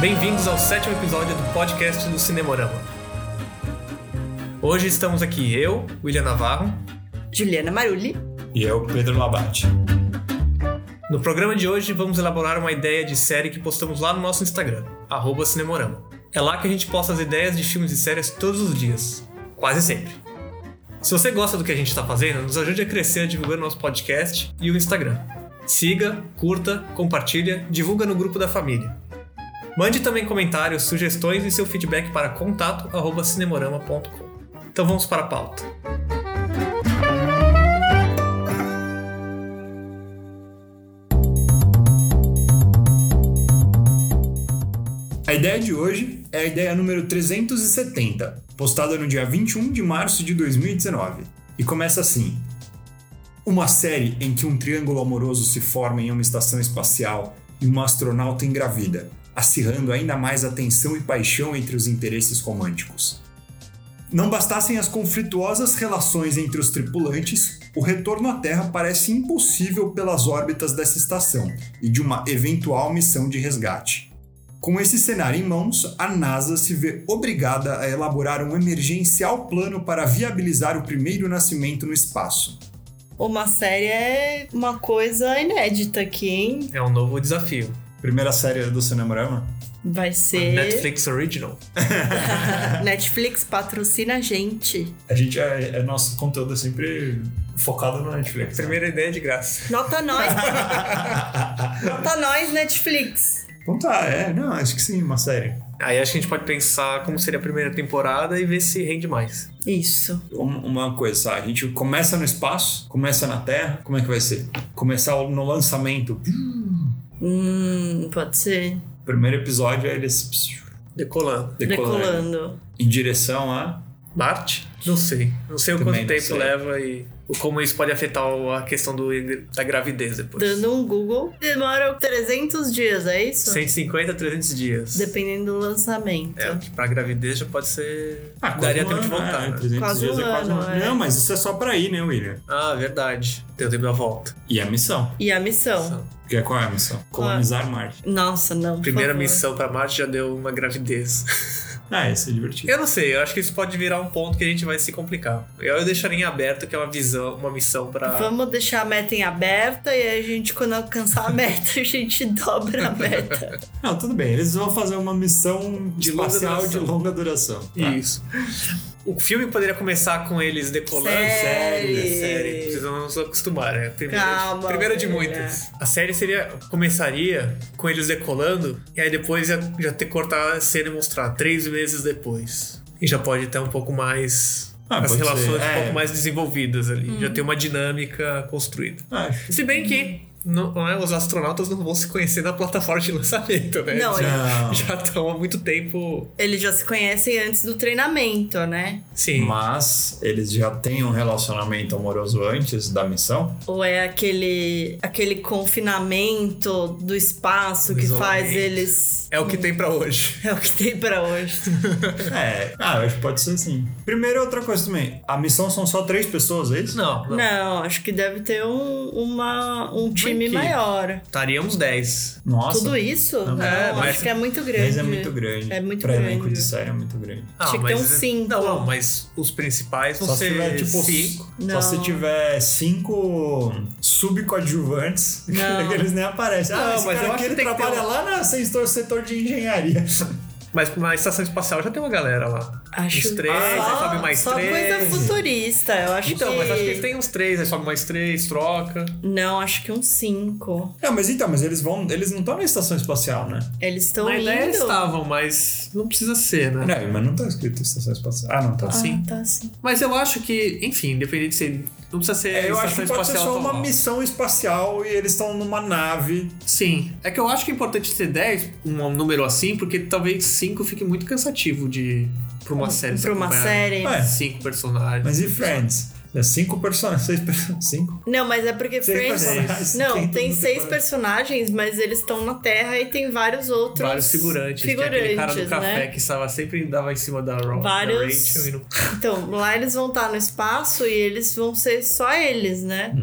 Bem-vindos ao sétimo episódio do podcast do Cinemorama. Hoje estamos aqui eu, William Navarro. Juliana Marulli. E é o Pedro Labate. No programa de hoje vamos elaborar uma ideia de série que postamos lá no nosso Instagram, arroba Cinemorama. É lá que a gente posta as ideias de filmes e séries todos os dias, quase sempre. Se você gosta do que a gente está fazendo, nos ajude a crescer divulgando nosso podcast e o Instagram. Siga, curta, compartilha, divulga no grupo da família. Mande também comentários, sugestões e seu feedback para contato@cinemorama.com. Então vamos para a pauta. A ideia de hoje é a ideia número 370, postada no dia 21 de março de 2019. E começa assim: Uma série em que um triângulo amoroso se forma em uma estação espacial e uma astronauta engravida, acirrando ainda mais a tensão e paixão entre os interesses românticos. Não bastassem as conflituosas relações entre os tripulantes, o retorno à Terra parece impossível pelas órbitas dessa estação e de uma eventual missão de resgate. Com esse cenário em mãos, a NASA se vê obrigada a elaborar um emergencial plano para viabilizar o primeiro nascimento no espaço. Uma série é uma coisa inédita aqui, hein? É um novo desafio. Primeira série do Cinemorama? Vai ser. Netflix Original. Netflix patrocina a gente. A gente é, é- nosso conteúdo é sempre focado no Netflix. né? Primeira ideia de graça. Nota nós. Nota nós, Netflix. Então tá, é, não, acho que sim, uma série. Aí acho que a gente pode pensar como seria a primeira temporada e ver se rende mais. Isso. Um- Uma coisa, sabe? a gente começa no espaço, começa na Terra, como é que vai ser? Começar no lançamento. Hum, pode ser. Primeiro episódio é eles Decolando. decolando, Decolando. em direção a. Marte? Não sei. Não sei o quanto Também não tempo sei. leva e o- como isso pode afetar o- a questão do, da gravidez depois. Dando um Google. Demora 300 dias, é isso? 150 a 300 dias. Dependendo do lançamento. É, que pra gravidez já pode ser. Ah, quase Daria um tempo de ano, voltar. é, né? 300 Quase dias um é quase ano, um ano. é. Não, mas isso é só pra ir, né, William? Ah, verdade. Tem o tempo da volta. E a missão. E a missão. Porque qual é a missão? Colonizar Marte. Nossa, não. por Primeira favor. missão pra Marte já deu uma gravidez. Ah, isso é divertido. Eu não sei, eu acho que isso pode virar um ponto que a gente vai se complicar. Eu deixaria em aberto que é uma visão, uma missão pra. Vamos deixar a meta em aberta e aí a gente, quando alcançar a meta, a gente dobra a meta. Não, tudo bem. Eles vão fazer uma missão De longa espacial duração. de longa duração. Tá. Isso. O filme poderia começar com eles decolando. Série. Série, né? série. Precisam nos acostumar, né? Primeira, Calma, primeira de Vera. muitas. A série seria começaria com eles decolando e aí depois já, já ter cortar a cena e mostrar três meses depois. E já pode ter um pouco mais. Ah, as pode ser. relações um É. pouco mais desenvolvidas ali. Hum. Já tem uma dinâmica construída. Ah, Acho. Se bem que. Não, não é, os astronautas não vão se conhecer na plataforma de lançamento, né? Não, é. já, Não. já estão há muito tempo. Eles já se conhecem antes do treinamento, né? Sim. Mas eles já têm um relacionamento amoroso antes da missão? Ou é aquele, aquele confinamento do espaço que faz Isolamento. eles. É o que tem pra hoje. É o que tem pra hoje. É, ah, eu acho que pode ser sim. Primeiro, outra coisa também. A missão são só três pessoas, é isso? Não, não. Não, acho que deve ter um, uma, um time equipe. maior. Estaríamos 10. Nossa. Tudo isso? Não, é, mas- acho que é muito Três grande. é muito grande. É muito pra grande. elenco de série é muito grande. Ah, Tinha que um ter mas- uns cinco. Não, não, mas os principais vão Só se ser tiver, tipo, cinco. Não. só se tiver cinco subcoadjuvantes, Não. que eles nem aparecem. Ah, Não, esse mas eu cara acho aqui que ele tem que ter trabalha um- lá no setor, setor de engenharia. Mas na estação espacial já tem uma galera lá. Acho Uns três, aí sobe mais só três. coisa futurista. Eu acho Então, que. mas acho que eles têm uns três, aí sobe mais três, troca. Não, acho que uns cinco. É, mas então, mas eles vão. Eles não estão na estação espacial, né? Eles estão Na indo. ideia estavam, mas não precisa ser, né? Não, mas não tá escrito estação espacial. Ah, não tá. Ah, Sim. tá sim. Mas eu acho que, enfim, independente de ser. Não precisa ser. É, eu acho estação que pode ser espacial só uma atual. missão espacial e eles estão numa nave. Sim. É que eu acho que é importante ter 10, um número assim, porque talvez 5 fique muito cansativo de. Pra uma série. Pra uma série. É. Cinco personagens. Mas e Friends? É cinco personagens, seis personagens, cinco? Não, mas é porque Seis Friends. personagens. Não, Tem tem muito seis mais. personagens, mas eles estão na Terra e tem vários outros. Vários figurantes. tem aquele cara do figurantes, café né? que estava sempre dava em cima da, Ro Vários. da Rachel. E não... Hum. Então, lá eles vão estar no espaço e eles vão ser só eles, né?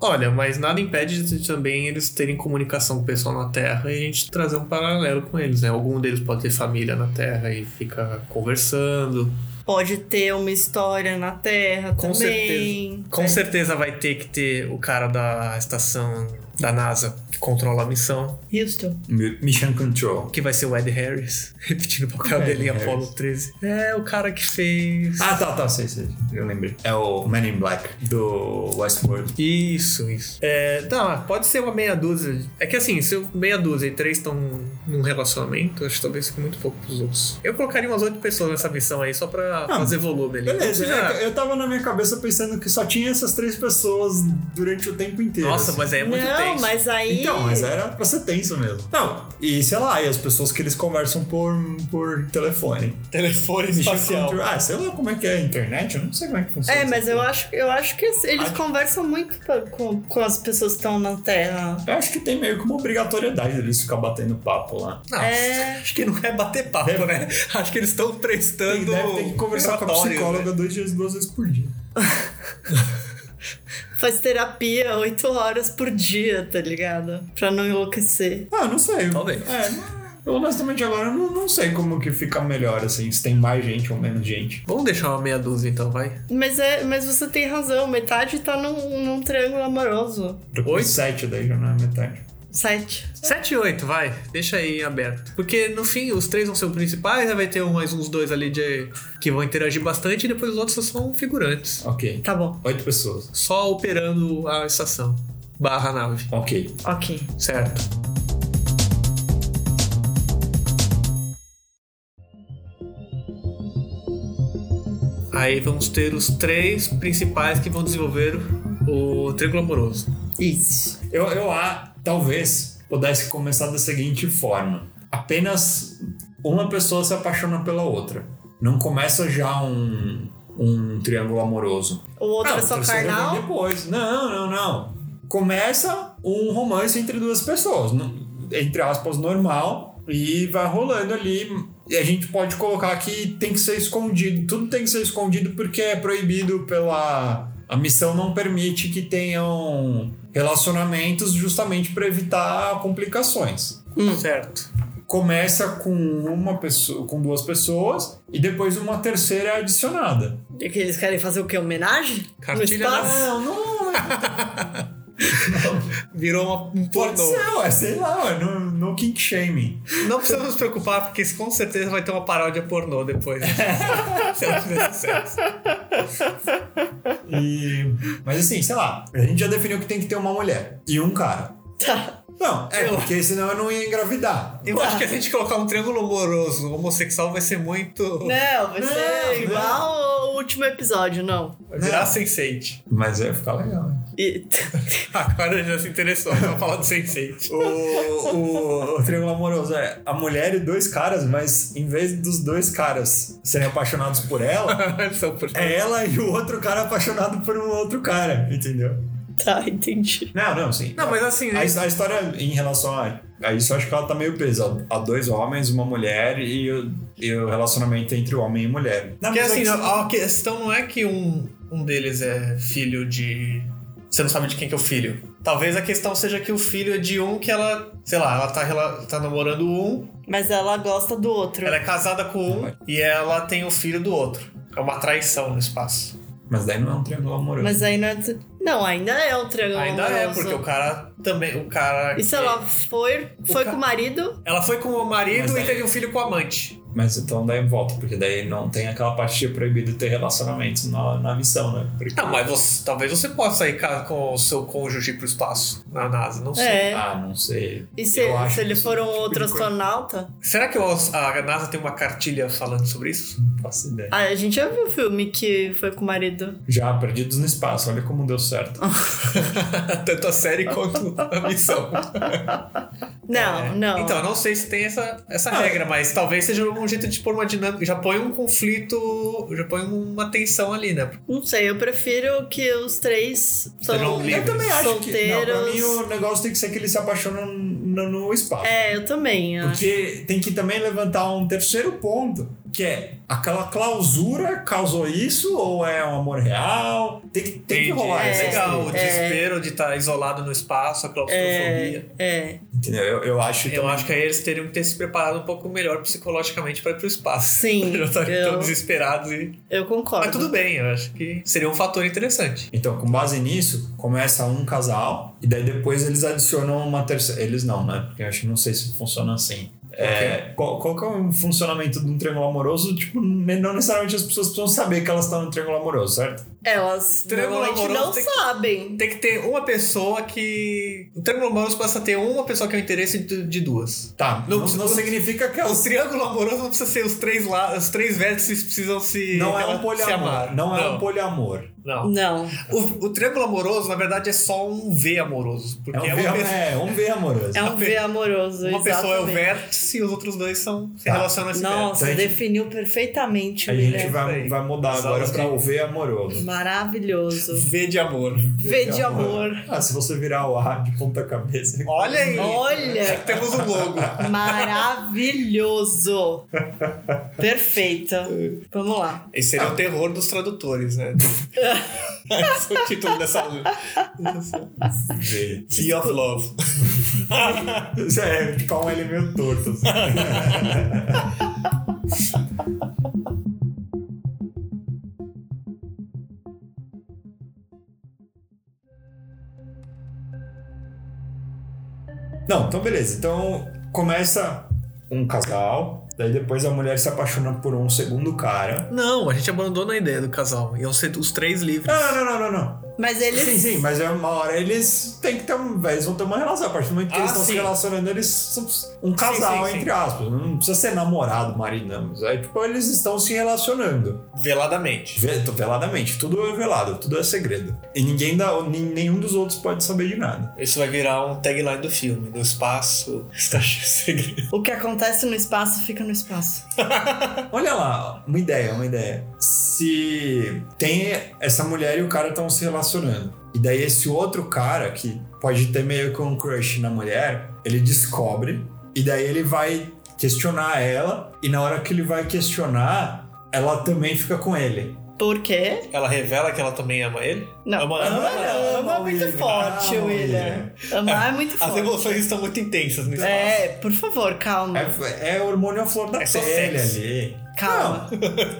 Olha, mas nada impede de também eles terem comunicação com o pessoal na Terra e a gente trazer um paralelo com eles, né? Algum deles pode ter família na Terra e fica conversando. Pode ter uma história na Terra Com também. Com É. certeza vai ter que ter o cara da estação da NASA que controla a missão, Houston. Mi- Mission Control. que vai ser o Ed Harris, repetindo o papel Ed dele em Harris? Apollo 13. É, o cara que fez. Ah, tá, tá, sei, sei. Eu lembrei. É o Man in Black do Westworld. Isso, isso. É, tá, pode ser uma meia dúzia. É que assim, se eu- meia dúzia e três estão num relacionamento, acho que talvez fique muito pouco pros outros. Eu colocaria umas oito pessoas nessa missão aí, só pra Ah, fazer volume ali. Beleza, é, Não precisa- eu eu tava na minha cabeça pensando que só tinha essas três pessoas durante o tempo inteiro. Nossa, assim. mas aí é muito Não, tenso. mas aí. Então, mas era pra ser tenso mesmo. Não, e sei lá, e as pessoas que eles conversam por, por telefone. Telefone Mission Control- Ah, sei lá como é que é a internet, eu não sei como é que funciona. um É, essa mas eu coisa. acho, eu acho que eles Acho- conversam muito com- com, com as pessoas que estão na Terra. Eu acho que tem meio que uma obrigatoriedade deles ficar batendo papo lá. Não, É. acho que não é bater papo, Deve- né? Acho que eles estão Tem, prestando. deve ter que conversar com a relatórios, psicóloga né? dois dias, duas vezes por dia. Faz terapia oito horas por dia, tá ligado? Pra não enlouquecer. Ah, não sei. Talvez. É, não- eu honestamente agora não, não sei como que fica melhor, assim, se tem mais gente ou menos gente. Vamos deixar uma meia dúzia então, vai. Mas, é, mas você tem razão, metade tá num, num triângulo amoroso. Oito? Sete daí já não é metade. Sete. 7 e 8, vai. Deixa aí em aberto. Porque no fim, os três vão ser os principais, aí vai ter um- mais uns dois ali de que vão interagir bastante e depois os outros só são figurantes. Ok. Tá bom, Oito pessoas. Só operando a estação. Barra nave, Ok. ok. certo? Aí vamos ter os três principais que vão desenvolver o Triângulo Amoroso. Isso. Eu, eu a, talvez pudesse começar da seguinte forma: apenas uma pessoa se apaixona pela outra. Não começa já um, um triângulo amoroso. O outro Não, é só o terceiro vem carnal? Depois. Não, não, não. Começa um romance entre duas pessoas, no- entre aspas, normal, e vai rolando ali. E a gente pode colocar que tem que ser escondido, tudo tem que ser escondido porque é proibido pela. A missão não permite que tenham relacionamentos justamente para evitar complicações Hum. Certo. começa com uma pessoa, com duas pessoas e depois uma terceira é adicionada. E que eles querem fazer o quê? Homenagem? Cartilha no da- espaço? Não, não, Virou uma, um pode pornô. ser, ué, é, sei lá, ué, no, no kink shaming. Não precisa nos preocupar, porque isso com certeza vai ter uma paródia pornô depois. se ela fizer sucesso. E, mas assim, sei lá, a gente já definiu que tem que ter uma mulher e um cara. Tá. Não, é Eu- porque senão eu não ia engravidar. Eu acho que a gente colocar um triângulo amoroso homossexual vai ser muito. Não, vai ser Não, igual ao último episódio, não. Vai virar sense Mas ia ficar legal. né? E- Agora já se interessou, vai falar do sense O, o, o triângulo amoroso é a mulher e dois caras, mas em vez dos dois caras serem apaixonados por ela, São por... é ela e o outro cara apaixonado por um outro cara, entendeu? tá, entendi. Não, não, sim. Não, mas assim, A, his- a história em relação a, a isso, eu acho que ela tá meio presa. Há dois homens, uma mulher e o, e o relacionamento entre o homem e mulher. Não, porque mas assim, é que- a a questão não é que um, um deles é filho de. Você não sabe de quem que é o filho. Talvez a questão seja que o filho é de um que ela, sei lá, ela tá, rela- tá namorando um, Mas ela gosta do outro. ela é casada com um e ela tem o filho do outro. É uma traição no espaço. Mas daí não é um triângulo amoroso. Mas aí não é. Não, ainda é um triângulo Ainda é, amoroso. porque o cara também. O cara. E se ela foi, foi ca- com o marido? Ela foi com o marido Mas e aí- teve um filho com a amante. é- Mas então daí volta, porque daí não tem aquela parte de proibido ter relacionamentos na, na missão, né? Porque- Não, mas você- talvez você possa sair ca- com o seu cônjuge pro espaço na NASA, não sei. É. Ah, não sei. E se, eu acho se ele que for um isso é um tipo outro de coisa. astronauta? Será que o- a NASA tem uma cartilha falando sobre isso? Não faço ideia. Ah, a gente já viu o filme que foi com o marido. Já, perdidos no espaço, olha como deu certo. Tanto a série quanto a missão. Não, É. não. Então, não sei se tem essa, essa regra, mas talvez seja um jeito de pôr uma dinâmica. Já põe um conflito, já põe uma tensão ali, né? Não sei, eu prefiro que os três Sejam são um livres. Eu também acho que. Não, pra mim solteiros. o negócio tem que ser que eles se apaixonam no, no espaço. É, eu também. acho. Porque tem que também levantar um terceiro ponto, que é aquela clausura causou isso ou é um amor real? Tem que, tem que Entendi. rolar É essa legal, o história. desespero de estar isolado no espaço, a claustrofobia. É. Entendeu? Eu, eu acho Eu também- acho que é- aí eles teriam que ter se preparado um pouco melhor psicologicamente para ir pro espaço. Sim. Já estão tão então. Eu, desesperados e. eu concordo. Mas tudo bem, eu acho que seria um fator interessante. Então, com base nisso, começa um casal e daí depois eles adicionam uma terceira. Eles não, né? Porque eu acho que não sei se funciona assim. É, qual, qual que é o funcionamento de um triângulo amoroso? Tipo, ne- não necessariamente as pessoas precisam saber que elas estão no triângulo amoroso, certo? Elas Triângulo normalmente amoroso não tem que- sabem. Tem que ter uma pessoa que. O triângulo amoroso passa a ter uma pessoa que é o interesse de de duas. Tá, Não não, não, precisa- significa que O elas. triângulo amoroso não precisa ser os três lados, os três vértices precisam se. Não é ela- um se amar. poliamor. Não é um poliamor. não. Não. O, o triângulo amoroso, na verdade, é só um V amoroso. Porque É um, é, V, uma, pessoa, é um V amoroso. É um pe- V amoroso. uma pessoa é o exatamente. vértice e os outros dois são, se Tá. relacionam a esse vértice. Nossa, Então a gente- definiu perfeitamente. A gente Guilherme. vai, vai mudar As agora aulas para de- o V amoroso. Maravilhoso. V de amor. V de amor. Ah, se você virar o A de ponta cabeça. Olha aí! Olha. Temos um logo. Maravilhoso. Perfeito. Vamos lá. Esse seria o terror dos tradutores, né? Esse é o título dessa V. Sea of Love. Isso é, ficar um L meio torto. assim. Não, então beleza. Então começa um casal, daí depois a mulher se apaixona por um segundo cara. Não, a gente abandonou a ideia do casal. Iam ser os três livres. Não, não, não, não, não. Mas eles. Sim, sim, mas é uma hora eles têm que ter um. Eles vão ter uma relação. A partir do momento que Ah, eles estão se sim. relacionando, eles são um casal, sim, sim. entre aspas. Não precisa ser namorado, marido, não. Mas É tipo, eles estão se relacionando. Veladamente. Ve- Veladamente, tudo é velado, tudo é segredo. E ninguém dá. nem- Nenhum dos outros pode saber de nada. Isso vai virar um tagline do filme. No espaço está cheio de segredo. O que acontece no espaço fica no espaço. Olha lá, uma ideia, uma ideia. Se tem essa mulher e o cara estão se relacionando, e daí esse outro cara que pode ter meio que um crush na mulher, ele descobre, e daí ele vai questionar ela, e na hora que ele vai questionar, ela também fica com ele. Por quê? Ela revela que ela também ama ele? Não. Ama- ama, ama, é muito William. forte, Ama, William. Amar é muito As forte. emoções estão muito intensas no espaço. É, por favor, calma. É, é hormônio à flor da É só pele sexo. ali. Calma.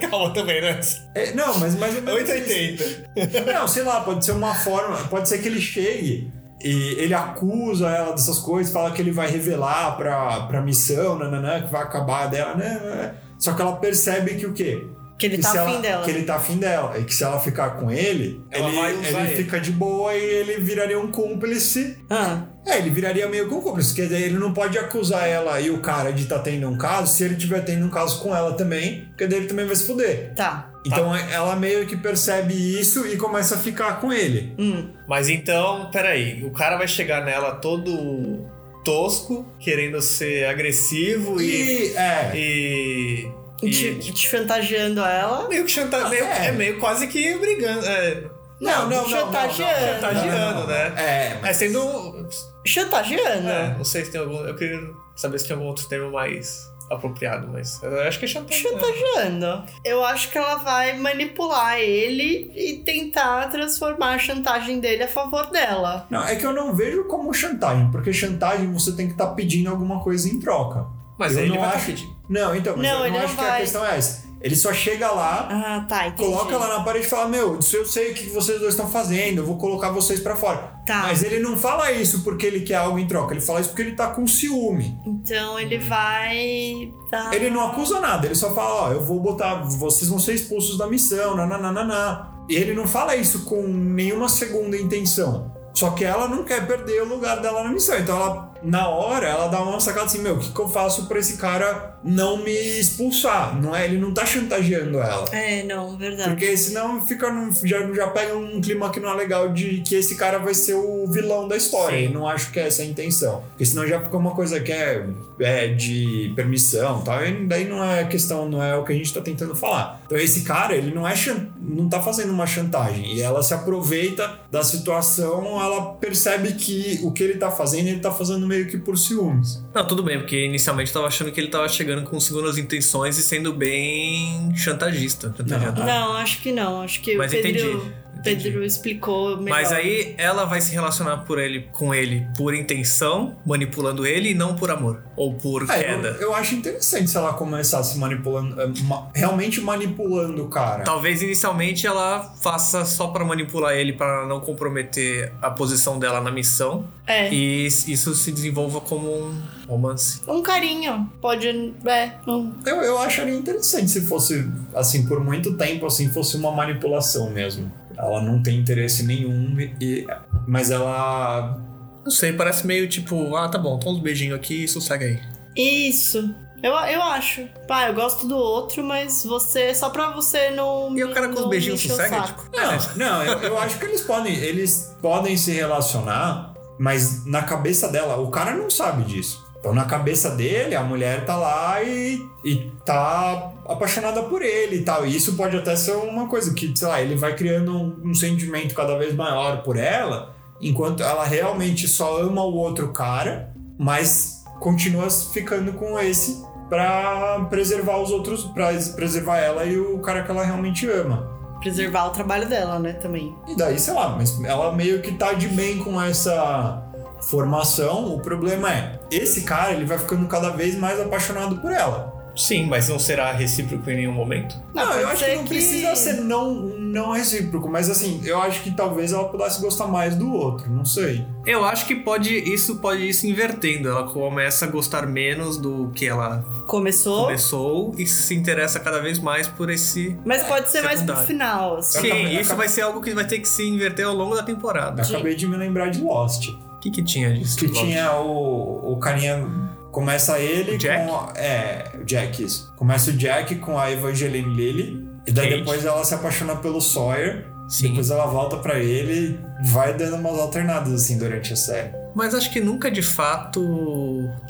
Calma também, né? Não, é- não, mas mais ou menos isso. 880. Não, sei lá, pode ser uma forma, pode ser que ele chegue e ele acusa ela dessas coisas, fala que ele vai revelar pra, pra missão, nananã, que vai acabar dela, né, né? Só que ela percebe que o quê? Que ele que tá se afim ela- dela. Que ele tá afim dela. E que se ela ficar com ele, Ela ele, vai usar ele. fica de boa e ele viraria um cúmplice. Ah, É, ele viraria meio que um cúmplice. Quer dizer, ele não pode acusar ela e o cara de estar tendo um caso se ele tiver tendo um caso com ela também, porque daí ele também vai se fuder. tá. Então ela meio que percebe isso e começa a ficar com ele. Hum. Mas então, peraí. O cara vai chegar nela todo tosco, querendo ser agressivo e. E, é, E. E te, e- te chantageando ela. Meio que chanta, meio, é. é. meio quase que brigando. É, Não, não, não, chantageando. não, não, não. Chantageando, né? é, é sendo. um- Chantageando. é, não sei se tem algum. Eu queria saber se tem algum outro termo mais apropriado, mas eu acho que é chantagem. né? Chantageando. Eu acho que ela vai manipular ele e tentar transformar a chantagem dele a favor dela. não, é que eu não vejo como chantagem, porque chantagem você tem que estar pedindo alguma coisa em troca. Mas Eu aí ele não vai tá acho- pedir. Não, então, mas Não, eu ele não não acho que a vai. questão é essa. Ele só chega lá, Ah, tá. Entendi. coloca ela na parede e fala: Meu, isso eu sei o que vocês dois estão fazendo, eu vou colocar vocês pra fora. Tá. Mas ele não fala isso porque ele quer algo em troca, ele fala isso porque ele tá com ciúme. Então ele vai. Tá. Ele não acusa nada, ele só fala: Ó, eu vou botar, vocês vão ser expulsos da missão, nananana. E ele não fala isso com nenhuma segunda intenção. Só que ela não quer perder o lugar dela na missão. Então ela, na hora, ela dá uma sacada assim: Meu, o que, que eu faço pra esse cara não me expulsar? Não é? Ele não tá chantageando ela. É, não, verdade. Porque senão fica num, já, já pega um clima que não é legal de que esse cara vai ser o vilão da história. Sim. E não acho que essa é a intenção. Porque senão já fica uma coisa que é, é de permissão e tal. E daí não é questão, não é o que a gente tá tentando falar. Então esse cara, ele não é chan- não tá fazendo uma chantagem. E ela se aproveita da situação, ela percebe que o que ele tá fazendo, ele tá fazendo meio meio que por ciúmes. Não, tudo bem, porque inicialmente eu tava achando que ele tava chegando com segundas intenções e sendo bem chantagista, chantageador. Ah. Não, acho que não. Acho que Mas o Pedro, entendi, entendi. Pedro explicou melhor. Mas aí ela vai se relacionar por ele, com ele por intenção, manipulando ele e não por amor. Ou por É, eu, queda. eu acho interessante se ela começasse manipulando, eh, ma- realmente manipulando o cara. Talvez inicialmente ela faça só pra manipular ele, pra não comprometer a posição dela na missão. É. E is- isso se desenvolva como um romance. Um carinho. Pode. É, não. Eu, eu acharia interessante se fosse, assim, por muito tempo, assim, fosse uma manipulação mesmo. Ela não tem interesse nenhum, e- e, mas ela. Não sei, parece meio tipo, ah, tá bom, toma uns beijinhos aqui e sossega aí. Isso. Eu, eu acho. Pá, eu gosto do outro, mas você. Só pra você não. E o cara com os não beijinhos me encher o sossega, saco. tipo. Não, não eu, eu acho que eles podem, eles podem se relacionar, mas na cabeça dela, o cara não sabe disso. Então, na cabeça dele, a mulher tá lá e, e tá apaixonada por ele e tal. E isso pode até ser uma coisa que, sei lá, ele vai criando um, um sentimento cada vez maior por ela, enquanto ela realmente só ama o outro cara, mas continua ficando com esse pra preservar os outros, pra preservar ela e o cara que ela realmente ama. tipo? Preservar o trabalho dela, né, também. E daí, sei lá, mas ela meio que tá de bem com essa formação. O problema é, esse cara, ele vai ficando cada vez mais apaixonado por ela. Sim, mas não será recíproco em nenhum momento. Não, pode eu acho ser que não precisa ser não, não recíproco, mas assim, eu acho que talvez ela pudesse gostar mais do outro, não sei. Eu acho que pode isso pode ir se invertendo. Ela começa a gostar menos do que ela Começou, começou e se interessa cada vez mais por esse. mas pode ser mais pro Secundário. final. assim. Sim, acabei- isso acabei- vai ser algo que vai ter que se inverter ao longo da temporada. Sim. Acabei de me lembrar de Lost. O que, que tinha disso? Tá. Que Lost? tinha o, o carinha. Começa ele O Jack? com. a- É, o Jack, isso. Começa o Jack com a Evangeline Lilly. E daí Kate. depois ela se apaixona pelo Sawyer. Sim. Depois ela volta pra ele e vai dando umas alternadas assim durante a série. Mas acho que nunca de fato.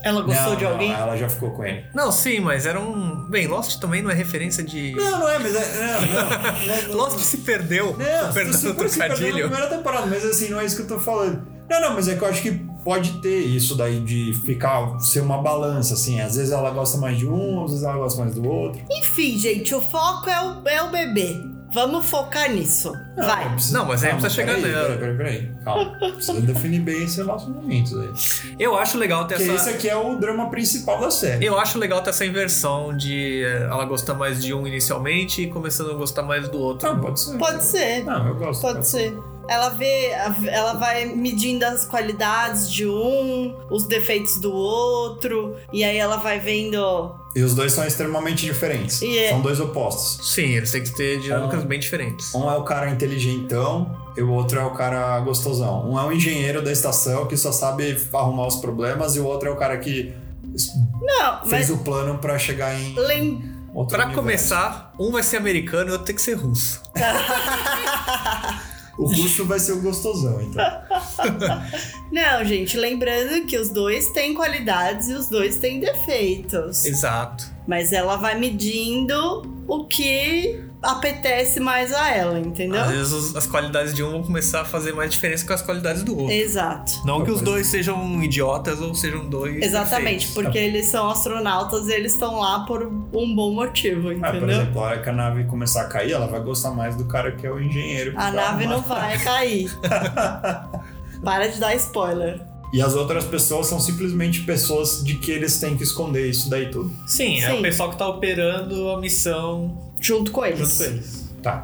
Ela gostou Não, de não, alguém? ela já ficou com ele. Não, sim, mas era um. Bem, Lost também não é referência de. Não, não é, mas é. Não, não. não, não Lost se perdeu. Não, perdão do super se perdeu na trocadilho. primeira temporada, mas assim, não é isso que eu tô falando. Não, não, mas é que eu acho que pode ter isso daí de ficar, ser uma balança, assim. Às vezes ela gosta mais de um, às vezes ela gosta mais do outro. Enfim, gente, o foco é o, é o bebê. Vamos focar nisso. Vai. Não, mas aí precisa chegar Ah, peraí, nela. Peraí, peraí, peraí. Calma. Precisa definir bem esses relacionamentos aí. Eu acho legal ter Porque esse essa. aqui é o drama principal da série. Eu acho legal ter essa inversão de eh, ela gostar mais de um inicialmente e começando a gostar mais do outro. Não, pode ser. Pode ser, Não, eu gosto. pode ser. Ela vê, ela vai medindo as qualidades de um, os defeitos do outro, e aí ela vai vendo. E os dois são extremamente diferentes. E é- São dois opostos. Sim, eles têm que ter dinâmicas bem diferentes. Um é o cara inteligentão e o outro é o cara gostosão. Um é o engenheiro da estação que só sabe arrumar os problemas e o outro é o cara que s- Não, mas fez o plano pra chegar em lem... outro Pra universo. começar, um vai ser americano e o outro tem que ser russo. O russo vai ser o gostosão, então. Não, gente, lembrando que os dois têm qualidades e os dois têm defeitos. Exato. Mas ela vai medindo o que apetece mais a ela, entendeu? Ah, Às vezes os- as qualidades de um vão começar a fazer mais diferença que as qualidades do outro. Exato. Não que os Pois é. dois sejam idiotas ou sejam dois. Exatamente, perfeitos. tá porque eles são astronautas e eles estão lá por um bom motivo, Ah, por entendeu? exemplo, a hora que a nave começar a cair, ela vai gostar mais do cara que é o engenheiro. que A vai nave arrumar. não vai cair. Para de dar spoiler. E as outras pessoas são simplesmente pessoas de que eles têm que esconder isso daí tudo. Sim, é Sim. o pessoal que tá operando a missão Junto com eles. junto com eles. Tá.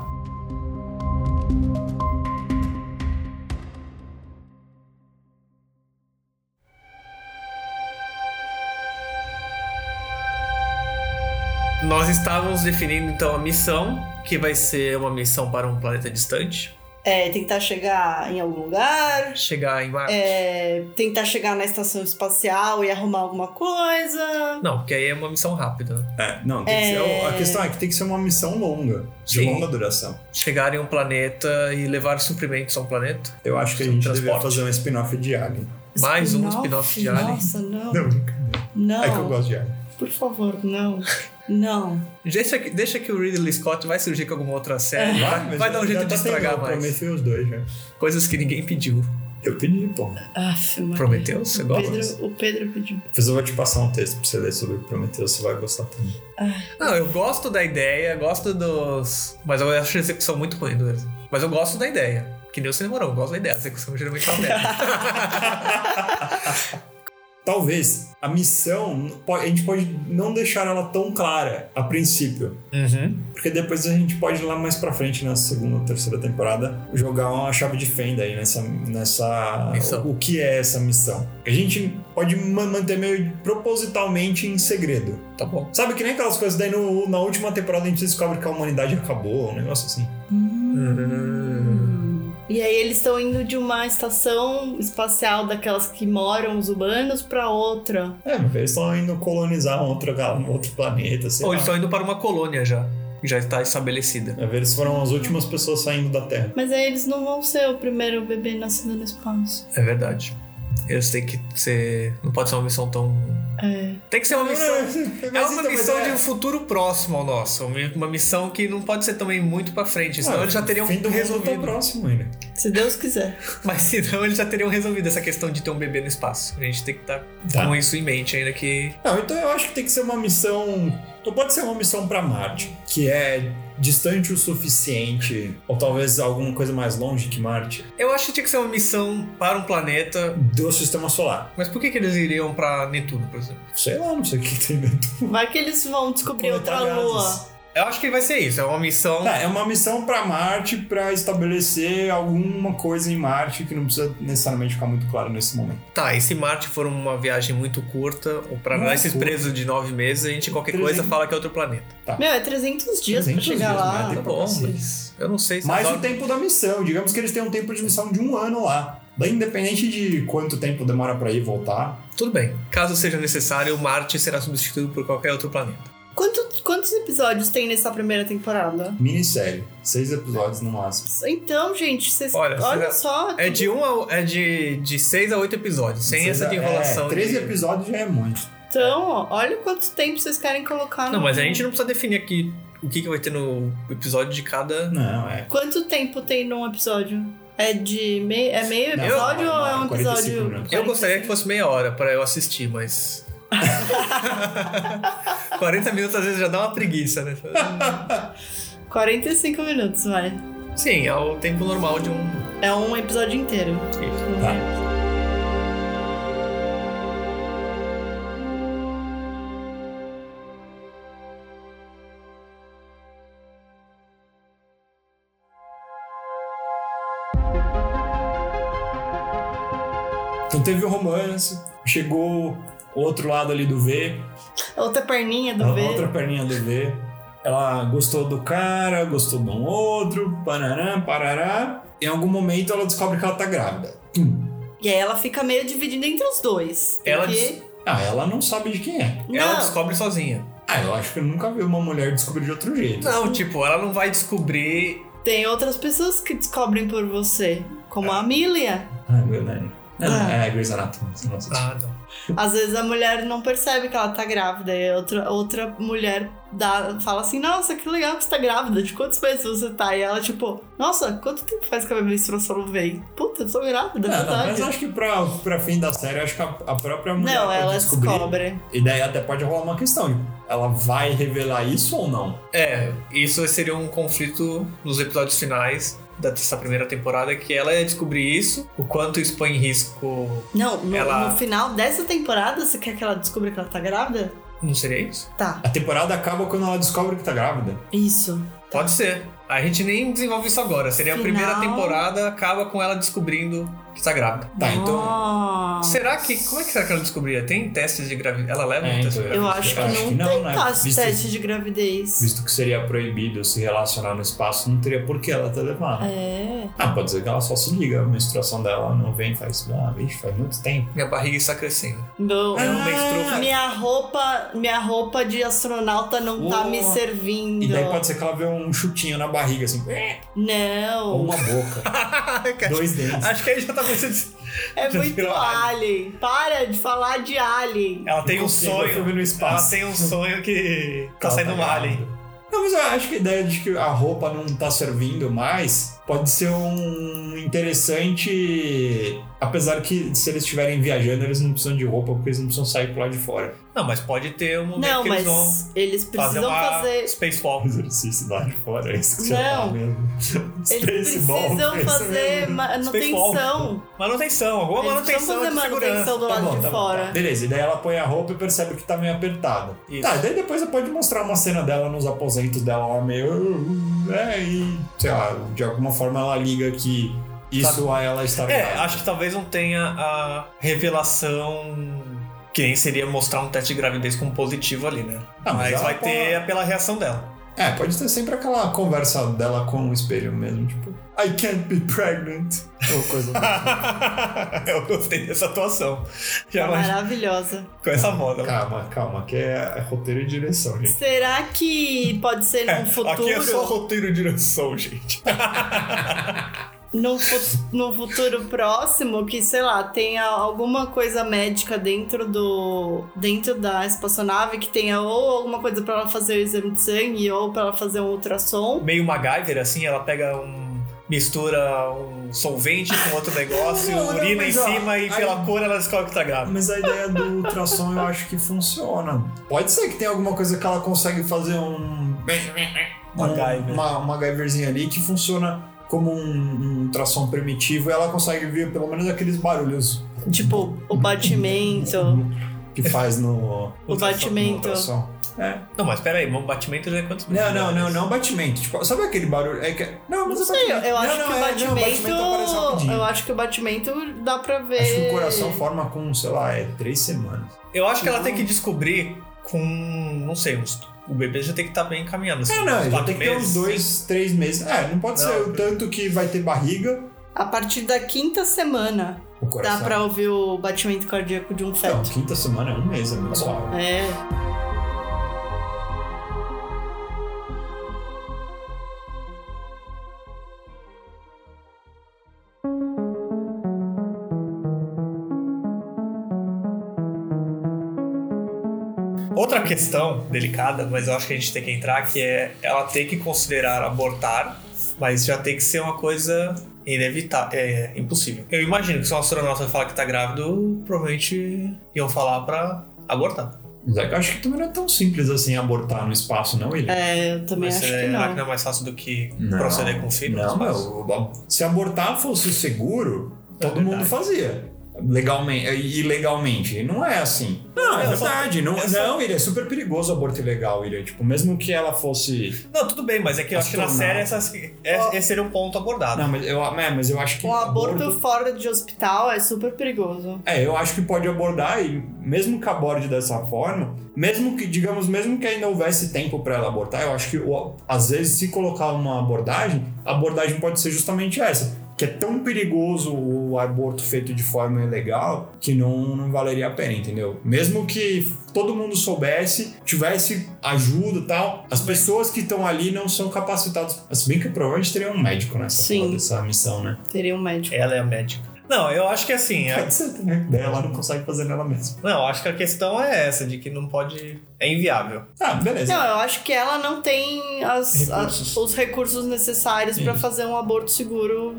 Nós estávamos definindo então a missão, que vai ser uma missão para um planeta distante É, tentar chegar em algum lugar. chegar em Marte. é, tentar chegar na estação espacial e arrumar alguma coisa. Não, porque aí é uma missão rápida. né? É, não, tem que ser- É. a questão é que tem que ser uma missão longa, de Sim. longa duração. Chegar em um planeta e levar suprimentos a um planeta. Eu acho que a gente deveria Transporte. fazer um spin-off de Alien. Mais um spin-off de Alien. Nossa, não. Não, brincadeira. Não. É que eu gosto de Alien. Por favor, não. Não. Deixa que, deixa que o Ridley Scott vai surgir com alguma outra série. Vai, mas vai dar um É. já jeito tá de estragar tendo, mais. Prometheus dois já. Coisas que ninguém pediu. Eu pedi, pô. Aff, mano. Prometeu? Você gosta? Pedro, o Pedro pediu. Depois eu vou te passar um texto pra você ler sobre Prometheus, você vai gostar também. Não, eu gosto da ideia, gosto dos. Mas eu acho a execução muito ruim do desenho. Mas eu gosto da ideia. Que nem o cinema, não, eu gosto da ideia. A execução geralmente é uma merda. Talvez a missão, po- a gente pode não deixar ela tão clara a princípio. uhum. Porque depois a gente pode ir lá mais pra frente, na segunda ou terceira temporada, jogar uma chave de fenda aí nessa. nessa Missão. O, o que é essa missão? A gente pode ma- manter meio propositalmente em segredo. Tá bom. Sabe que nem aquelas coisas, daí no- na última temporada a gente descobre que a humanidade acabou, um negócio assim. Hum. Hum. E aí eles estão indo de uma estação espacial daquelas que moram os humanos pra outra. É, mas eles estão indo colonizar um outro, gal- um outro planeta, sei Ou lá. eles estão indo para uma colônia já. que Já está estabelecida. É, Eles foram as últimas pessoas saindo da Terra. Mas aí eles não vão ser o primeiro bebê nascido no espaço. É verdade. Eles têm que ser. Não pode ser uma missão tão. É. Tem que ser uma missão. É então, uma missão de um de futuro próximo ao nosso. Uma missão que não pode ser também muito pra frente, senão Ah, eles já teriam fim do mundo tá resolvido. próximo ainda. Se Deus quiser. Mas senão eles já teriam resolvido essa questão de ter um bebê no espaço. A gente tem que estar Tá. com isso em mente ainda que. Não, então eu acho que tem que ser uma missão. Não pode ser uma missão pra Marte, que é distante o suficiente, ou talvez alguma coisa mais longe que Marte, Eu acho que tinha que ser uma missão para um planeta. do sistema solar. Mas por que, que eles iriam pra Netuno, por exemplo? Sei lá, não sei o que tem dentro. Vai que eles vão descobrir outra Coletar lua. gases. Eu acho que vai ser isso. É uma missão. Tá, é uma missão pra Marte pra estabelecer alguma coisa em Marte que não precisa necessariamente ficar muito claro nesse momento. Tá, e se Marte for uma viagem muito curta, ou pra Não é nós esses curta. presos de nove meses, a gente qualquer Trezentos. coisa fala que é outro planeta. Meu, é 300 dias 300 pra chegar dias, lá. né? Tá pra bom, cacete. mas eu não sei se Mais as o tempo da missão, digamos que eles têm um tempo de missão de um ano lá. Daí, independente de quanto tempo demora pra ir e voltar. Tudo bem. Caso seja necessário, Marte será substituído por qualquer outro planeta. Quanto- quantos episódios tem nessa primeira temporada? Minissérie. Seis episódios no máximo. Então, gente, vocês. Olha, Olha, será- só. É de um a, é de, de seis a oito episódios, sem Seis essa de a- enrolação. É, 13 de- episódios já é muito. Então, ó, olha quanto tempo vocês querem colocar no. Ah, Não, mas a gente não precisa definir aqui o que, que vai ter no episódio de cada. Não, é. Quanto tempo tem num episódio? É de meio. É meio Não, episódio não, ou é não, um 45 episódio? minutos. Eu gostaria que fosse meia hora pra eu assistir, mas. 40 minutos às vezes já dá uma preguiça, né? 45 minutos, vai. Sim, é o tempo normal de um É um episódio inteiro. Tá. Então teve o romance, chegou o outro lado ali do V, É Outra perninha do a V. outra perninha do V. Ela gostou do cara, gostou de um outro, parará, parará. Em algum momento ela descobre que ela tá grávida. E aí ela fica meio dividida entre os dois. Ela porque... Ah, ela não sabe de quem é. Ela Não. descobre sozinha. Ah, eu acho que eu nunca vi uma mulher descobrir de outro jeito. Não, tipo, ela não vai descobrir. Tem outras pessoas que descobrem por você, como a Amelia. Ah, verdade. Não, Ah. É, Grey's Anatomy. você não assiste. Ah, não. Às vezes a mulher não percebe que ela tá grávida e outra, outra mulher dá, fala assim: Nossa, que legal que você tá grávida, de quantos meses você tá? E ela, tipo, Nossa, quanto tempo faz que a minha menstruação não vem? Puta, eu sou grávida, é Não, não, mas verdade. acho que pra, pra fim da série, acho que a, a própria mulher Não, pode ela descobrir. descobre. E daí até pode rolar uma questão. Ela vai revelar isso ou não? É, isso seria um conflito nos episódios finais da- dessa primeira temporada, que ela ia descobrir isso, o quanto isso põe em risco. Não, no, Ela- no final dessa temporada, você quer que ela descubra que ela tá grávida? Não seria isso? Tá, A temporada acaba quando ela descobre que tá grávida. isso. Pode ser. A gente nem desenvolve isso agora. Seria a Final. primeira temporada, acaba com ela descobrindo que tá grávida. Tá, então. Nossa. Será que. Como é que será que ela descobriria? Tem testes de gravidez? Ela leva É, um teste então, de Eu gravidez? acho que Acho não que não, tem né? caso de Visto- teste de gravidez. Visto que seria proibido se relacionar no espaço, não teria por que ela ter levado. É. Ah, pode ser que ela só se liga, a menstruação dela não vem faz, ah, vixe, faz muito tempo. Minha barriga está crescendo. É Não. Ela não menstruou. faz- Ah, Minha roupa, minha roupa de astronauta não tá Oh. me servindo. E daí pode ser que ela vê um chutinho na barriga, assim, ou Não. uma boca, dois dentes. acho que aí já tá pensando. É Já muito virou alien. Para de falar de alien. Ela tem um Consigo, eu sonho. fui no Ela espaço. tem um sonho que tá Ela saindo um grávida. alien. Não, mas eu acho que a ideia de que a roupa não tá servindo mais pode ser um interessante. Apesar que se eles estiverem viajando, eles não precisam de roupa, porque eles não precisam sair pro lado de fora. Não, mas pode ter um momento Não, que mas eles vão eles fazer precisam uma fazer. spacewalk. um Exercício do lado de fora, é isso que você Não. fala mesmo. Eles precisam fazer ma- manutenção. Manutenção, alguma Eles manutenção precisam fazer de segurança. manutenção do Tá lado de bom, tá bom, tá. fora. Beleza, e daí ela põe a roupa e percebe que tá meio apertada. Isso. Tá, e daí depois você pode mostrar uma cena dela nos aposentos dela lá meio. É, e sei lá, de alguma forma ela liga que isso a ela está É, acho que talvez não tenha a revelação que nem seria mostrar um teste de gravidez como positivo ali, né? Ah, mas mas ela vai pode- ter pela reação dela. É, pode ter sempre aquela conversa dela com o espelho mesmo, tipo, I can't be pregnant. Ou coisa assim. Eu gostei dessa atuação. Tá Já imagino Maravilhosa. com essa moda. calma, calma, que é, é roteiro e direção, gente. Será que pode ser num futuro? Aqui é só roteiro e direção, gente. num, fu- num futuro próximo que, sei lá, tenha alguma coisa médica dentro do dentro da espaçonave que tenha ou alguma coisa pra ela fazer o exame de sangue ou pra ela fazer um ultrassom. Meio MacGyver, assim, ela pega um. mistura um solvente com outro negócio, Não, não, urina em mas, ó, cima e aí- pela cor ela descobre que tá grávida. Mas a ideia do ultrassom eu acho que funciona. Pode ser que tenha alguma coisa que ela consegue fazer um. Uma MacGyver. Uma, uma MacGyverzinha ali que funciona como um, um ultrassom primitivo e ela consegue ver pelo menos aqueles barulhos Tipo, o batimento. que faz no. O ultrassom- batimento. no ultrassom. É. Não, mas pera aí, um batimento já é quantos Não, não, não, milímetros? não batimento. Tipo, sabe aquele barulho? É que- Não, Não mas é sei, eu, batimento. eu Não, acho não, que é, o não, batimento. aparece rapidinho. eu acho que o batimento dá pra ver. Acho que o coração forma com, sei lá, é três semanas. Eu acho que ela Não. tem que descobrir com. não sei, uns- o bebê já tem que estar bem encaminhado. assim, É, uns não, já quatro tem que ter uns meses. dois, três meses. É, não pode Não, ser o três. tanto que vai ter barriga. A partir da quinta semana O dá coração. pra ouvir o batimento cardíaco de um Não, feto. quinta semana é um mês, é muito suave. É. Outra questão delicada, mas eu acho que a gente tem que entrar, que é ela tem que considerar abortar, mas já tem que ser uma coisa inevitável, é impossível. Eu imagino que se um astronauta falar que tá grávido, provavelmente iam falar pra abortar. Mas é que eu acho que também não é tão simples assim abortar no espaço, não, William? É, eu também mas acho será que não. é mais fácil do que Não. proceder com filho? Não, meu, bom, se abortar fosse seguro, É todo verdade. mundo fazia. Legalmente, é, ilegalmente. E Não é assim. Não, é Eu só- verdade. Não, eu só- não, William, é super perigoso o aborto ilegal, William. Tipo, mesmo que ela fosse. Não, tudo bem, mas é que eu acho que na série Astronauta. essas, é- esse seria um ponto abordado. Não, mas eu, é, mas eu acho que. Um aborto fora de hospital é super perigoso. É, eu acho que pode abordar, e mesmo que aborde dessa forma, mesmo que, digamos, mesmo que ainda houvesse tempo pra ela abortar, eu acho que o- às vezes se colocar uma abordagem, a abordagem pode ser justamente essa. Que é tão perigoso o aborto feito de forma ilegal que não, não valeria a pena, entendeu? Mesmo que todo mundo soubesse, tivesse ajuda e tal, as pessoas que estão ali não são capacitadas. Se bem que provavelmente teria um médico nessa Sim. porra dessa missão, né? Teria um médico. Ela é a médica. Não, eu acho que assim. a- Pode ser também. Daí ela não consegue fazer nela mesma. Não, acho que a questão é essa, de que não pode. É inviável. Ah, beleza. Não, eu acho que ela não tem as- a- É, Recursos. Uhum. os recursos necessários pra Isso. fazer um aborto seguro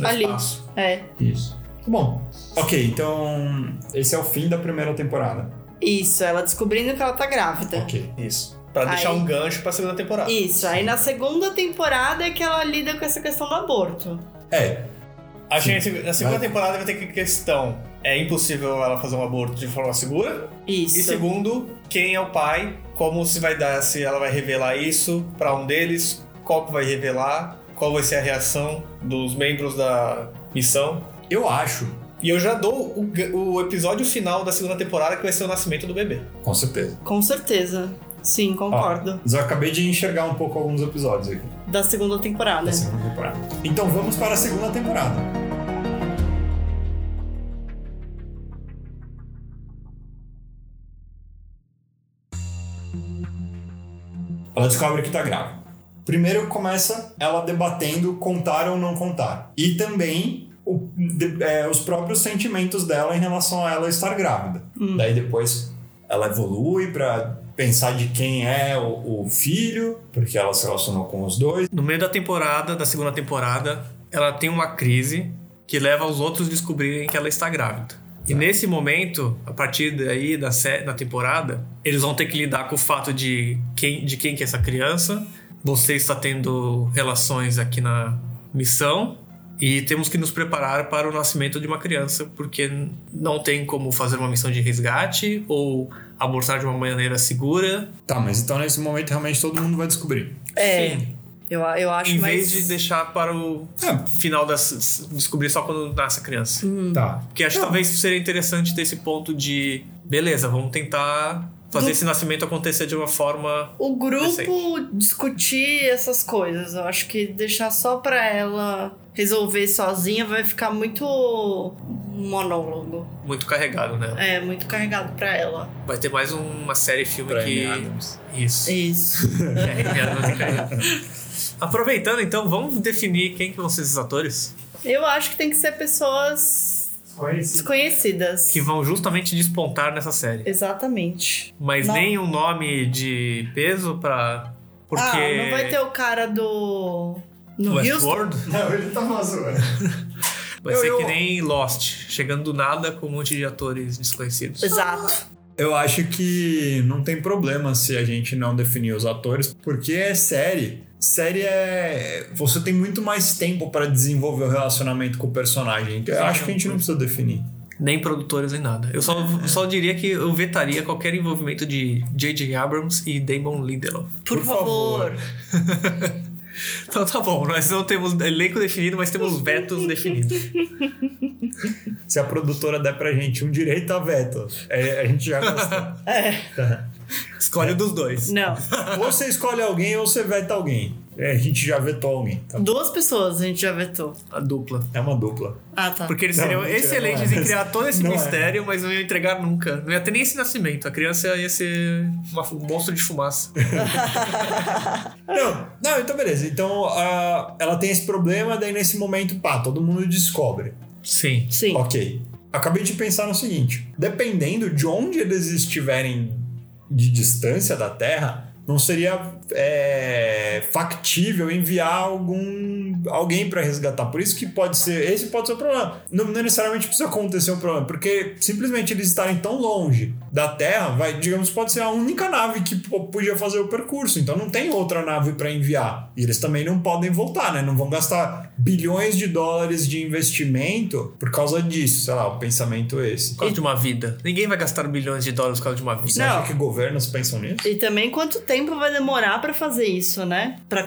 No ali. espaço. É, Isso. Bom, ok, então esse é o fim da primeira temporada. isso, ela descobrindo que ela tá grávida. Ok. Isso. Pra Aí- deixar um gancho pra segunda temporada. Isso, aí na segunda temporada é que ela lida com essa questão do aborto. É, Acho Sim. que a seg- na segunda Vai. temporada vai ter que questão. É impossível ela fazer um aborto de forma segura. E Isso. segundo, quem é o pai? Como se vai dar, se ela vai revelar isso pra um deles, qual que vai revelar, qual vai ser a reação dos membros da missão. eu acho, E eu já dou o, ga- o episódio final da segunda temporada, que vai ser o nascimento do bebê. com certeza. Com certeza. Sim, concordo. Mas eu acabei de enxergar um pouco alguns episódios aqui Da segunda temporada. da segunda temporada. Então vamos para a segunda temporada. Ela descobre que tá grávida. Primeiro começa ela debatendo contar ou não contar. E também o- de- é, os próprios sentimentos dela em relação a ela estar grávida. Hum. Daí depois ela evolui pra pensar de quem é o, o filho, porque ela se relacionou com os dois. No meio da temporada, da segunda temporada, ela tem uma crise que leva os outros a descobrirem que ela está grávida. E nesse momento, a partir daí da, sé- da temporada, eles vão ter que lidar com o fato de quem, de quem que é essa criança. Você está tendo relações aqui na missão e temos que nos preparar para o nascimento de uma criança, porque não tem como fazer uma missão de resgate ou abortar de uma maneira segura. Tá, mas então nesse momento realmente todo mundo vai descobrir. É. Eu, eu acho em vez mais. de deixar para o É. final das descobrir só quando nasce a criança. Tá. Porque acho que talvez seria interessante ter esse ponto de beleza, vamos tentar fazer Do- esse nascimento acontecer de uma forma. O grupo Decente. discutir essas coisas. Eu acho que deixar só pra ela resolver sozinha vai ficar muito monólogo. Muito carregado, né? É, muito carregado pra ela. Vai ter mais uma série filme Pra que. Amy Adams. Isso. Isso. É, Amy Adams vai ter carregado. Aproveitando, então, vamos definir quem que vão ser esses atores Eu acho que tem que ser pessoas desconhecidas. que vão justamente despontar nessa série. Exatamente. Mas Não. nem um nome de peso pra. Porque. Ah, não vai ter o cara do. No Houston? Westworld? Não, ele tá zoando. Vai Eu- ser que eu- nem Lost, chegando do nada com um monte de atores desconhecidos. Exato. Eu acho que não tem problema se a gente não definir os atores, porque é série. Série é. Você tem muito mais tempo para desenvolver o relacionamento com o personagem. Então eu acho que a gente não precisa definir. Nem produtores, nem nada. Eu só, É. só diria que eu vetaria qualquer envolvimento de J.J. Abrams e Damon Lindelof. Ah, Por, Por favor. favor. Então tá bom, nós não temos elenco definido, mas temos vetos definidos. Se a produtora der pra gente um direito a veto, é, a gente já gostou. É. Escolhe um dos dois. Não. ou você escolhe alguém ou você veta alguém. É, a gente já vetou alguém. tá? Duas pessoas a gente já vetou. A dupla. É uma dupla. Ah, tá. Porque eles Não, seriam mentira, excelentes não é. em criar todo esse Não é. mistério, mas não iam entregar nunca. Não ia ter nem esse nascimento. A criança ia ser uma- um monstro de fumaça. Não, não, então beleza. Então ah, ela tem esse problema, daí nesse momento, pá, todo mundo descobre. Sim. Sim. Ok. Acabei de pensar no seguinte: dependendo de onde eles estiverem de distância da Terra, não seria é, factível enviar algum alguém para resgatar. Por isso que pode ser esse pode ser o problema. Não, não necessariamente precisa acontecer um problema, porque simplesmente eles estarem tão longe da Terra, vai, digamos, pode ser a única nave que po- podia fazer o percurso. Então não tem outra nave para enviar. E eles também não podem voltar, né? Não vão gastar bilhões de dólares de investimento por causa disso. Sei lá, o pensamento é esse. Por causa de uma vida. Ninguém vai gastar bilhões de dólares por causa de uma vida. Você Não. acha que governos pensam nisso? E também quanto tempo vai demorar pra fazer isso, né? Para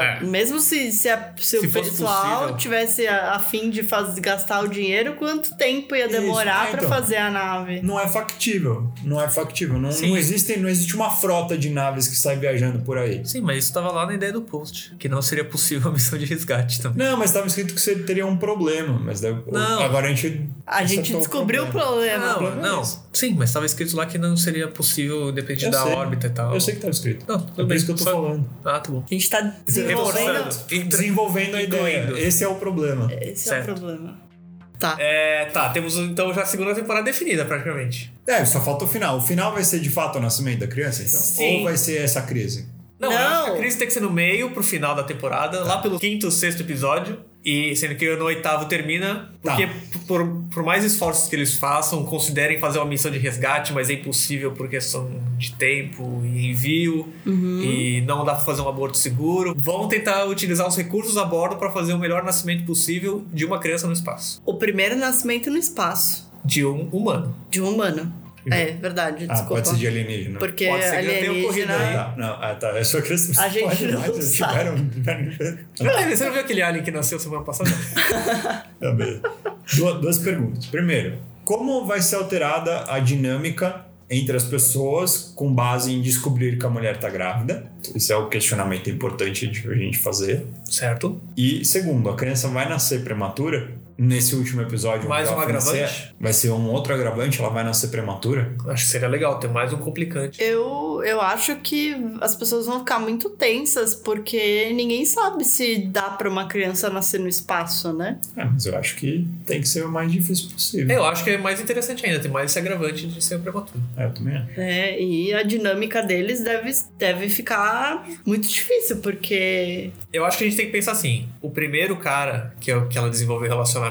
É. mesmo se se, a- Se se o fosse pessoal possível. tivesse a, a fim de faz- gastar o dinheiro, quanto tempo ia Isso, demorar é, pra então. fazer a nave? Não é factível. Não é factível. Não, Sim. não existem, não existe uma frota de naves que sai viajando por aí. Sim, mas isso tava lá na ideia do post. Que não seria possível a missão de resgate também. Não, mas estava escrito que você teria um problema, mas daí- Não. agora a gente. A gente acertou descobriu o problema. Não, problema é não. esse. Sim, mas estava escrito lá que não seria possível, depende Eu da sei. órbita e tal. Eu sei que estava escrito. Não, É tudo por bem. isso que eu tô só- falando. Ah, tá bom. A gente tá desenvolvendo. Reforçando. Entre- Desenvolvendo a Incluindo. ideia. Esse é o problema. Esse é o Certo. problema. Tá. É, tá, temos então já a segunda temporada definida praticamente. É, só falta o final. O final vai ser de fato o nascimento da criança, então? Sim. Ou vai ser essa crise? Não, Não. eu acho que a crise tem que ser no meio pro final da temporada, lá pelo quinto, sexto episódio. E sendo que no oitavo termina, Tá. porque por, por mais esforços que eles façam, considerem fazer uma missão de resgate, mas é impossível por questão de tempo e envio, e não dá pra fazer um aborto seguro. Vão tentar utilizar os recursos a bordo pra fazer o melhor nascimento possível de uma criança no espaço. O primeiro nascimento no espaço De um humano. de um humano. É, verdade, Ah, desculpa. pode ser de alienígena. Porque Pode ser que já tenha ocorrido alienígena. aí. Tá, não, ah, tá. É só que as A gente não sabe. tiveram. tiveram- Peraí, Ah, Você não viu aquele alien que nasceu semana passada? Tá bem. Du- Duas perguntas. Primeiro, como vai ser alterada a dinâmica entre as pessoas com base em descobrir que a mulher tá grávida? Esse é o questionamento importante de a gente fazer. certo? E segundo, a criança vai nascer prematura? Nesse último episódio, Mais onde um ela vai agravante? nascer, Vai ser um outro agravante, ela vai nascer prematura? Acho que seria legal ter mais um complicante. Eu, eu, eu acho que as pessoas vão ficar muito tensas, porque ninguém sabe se dá pra uma criança nascer no espaço, né? É, mas eu acho que tem que ser o mais difícil possível. Eu acho que é mais interessante ainda, tem mais esse agravante de ser prematuro. É, eu também acho. É, e a dinâmica deles deve, deve ficar muito difícil, porque. Eu acho que a gente tem que pensar assim: o primeiro cara, que é o que ela desenvolveu relacionamento,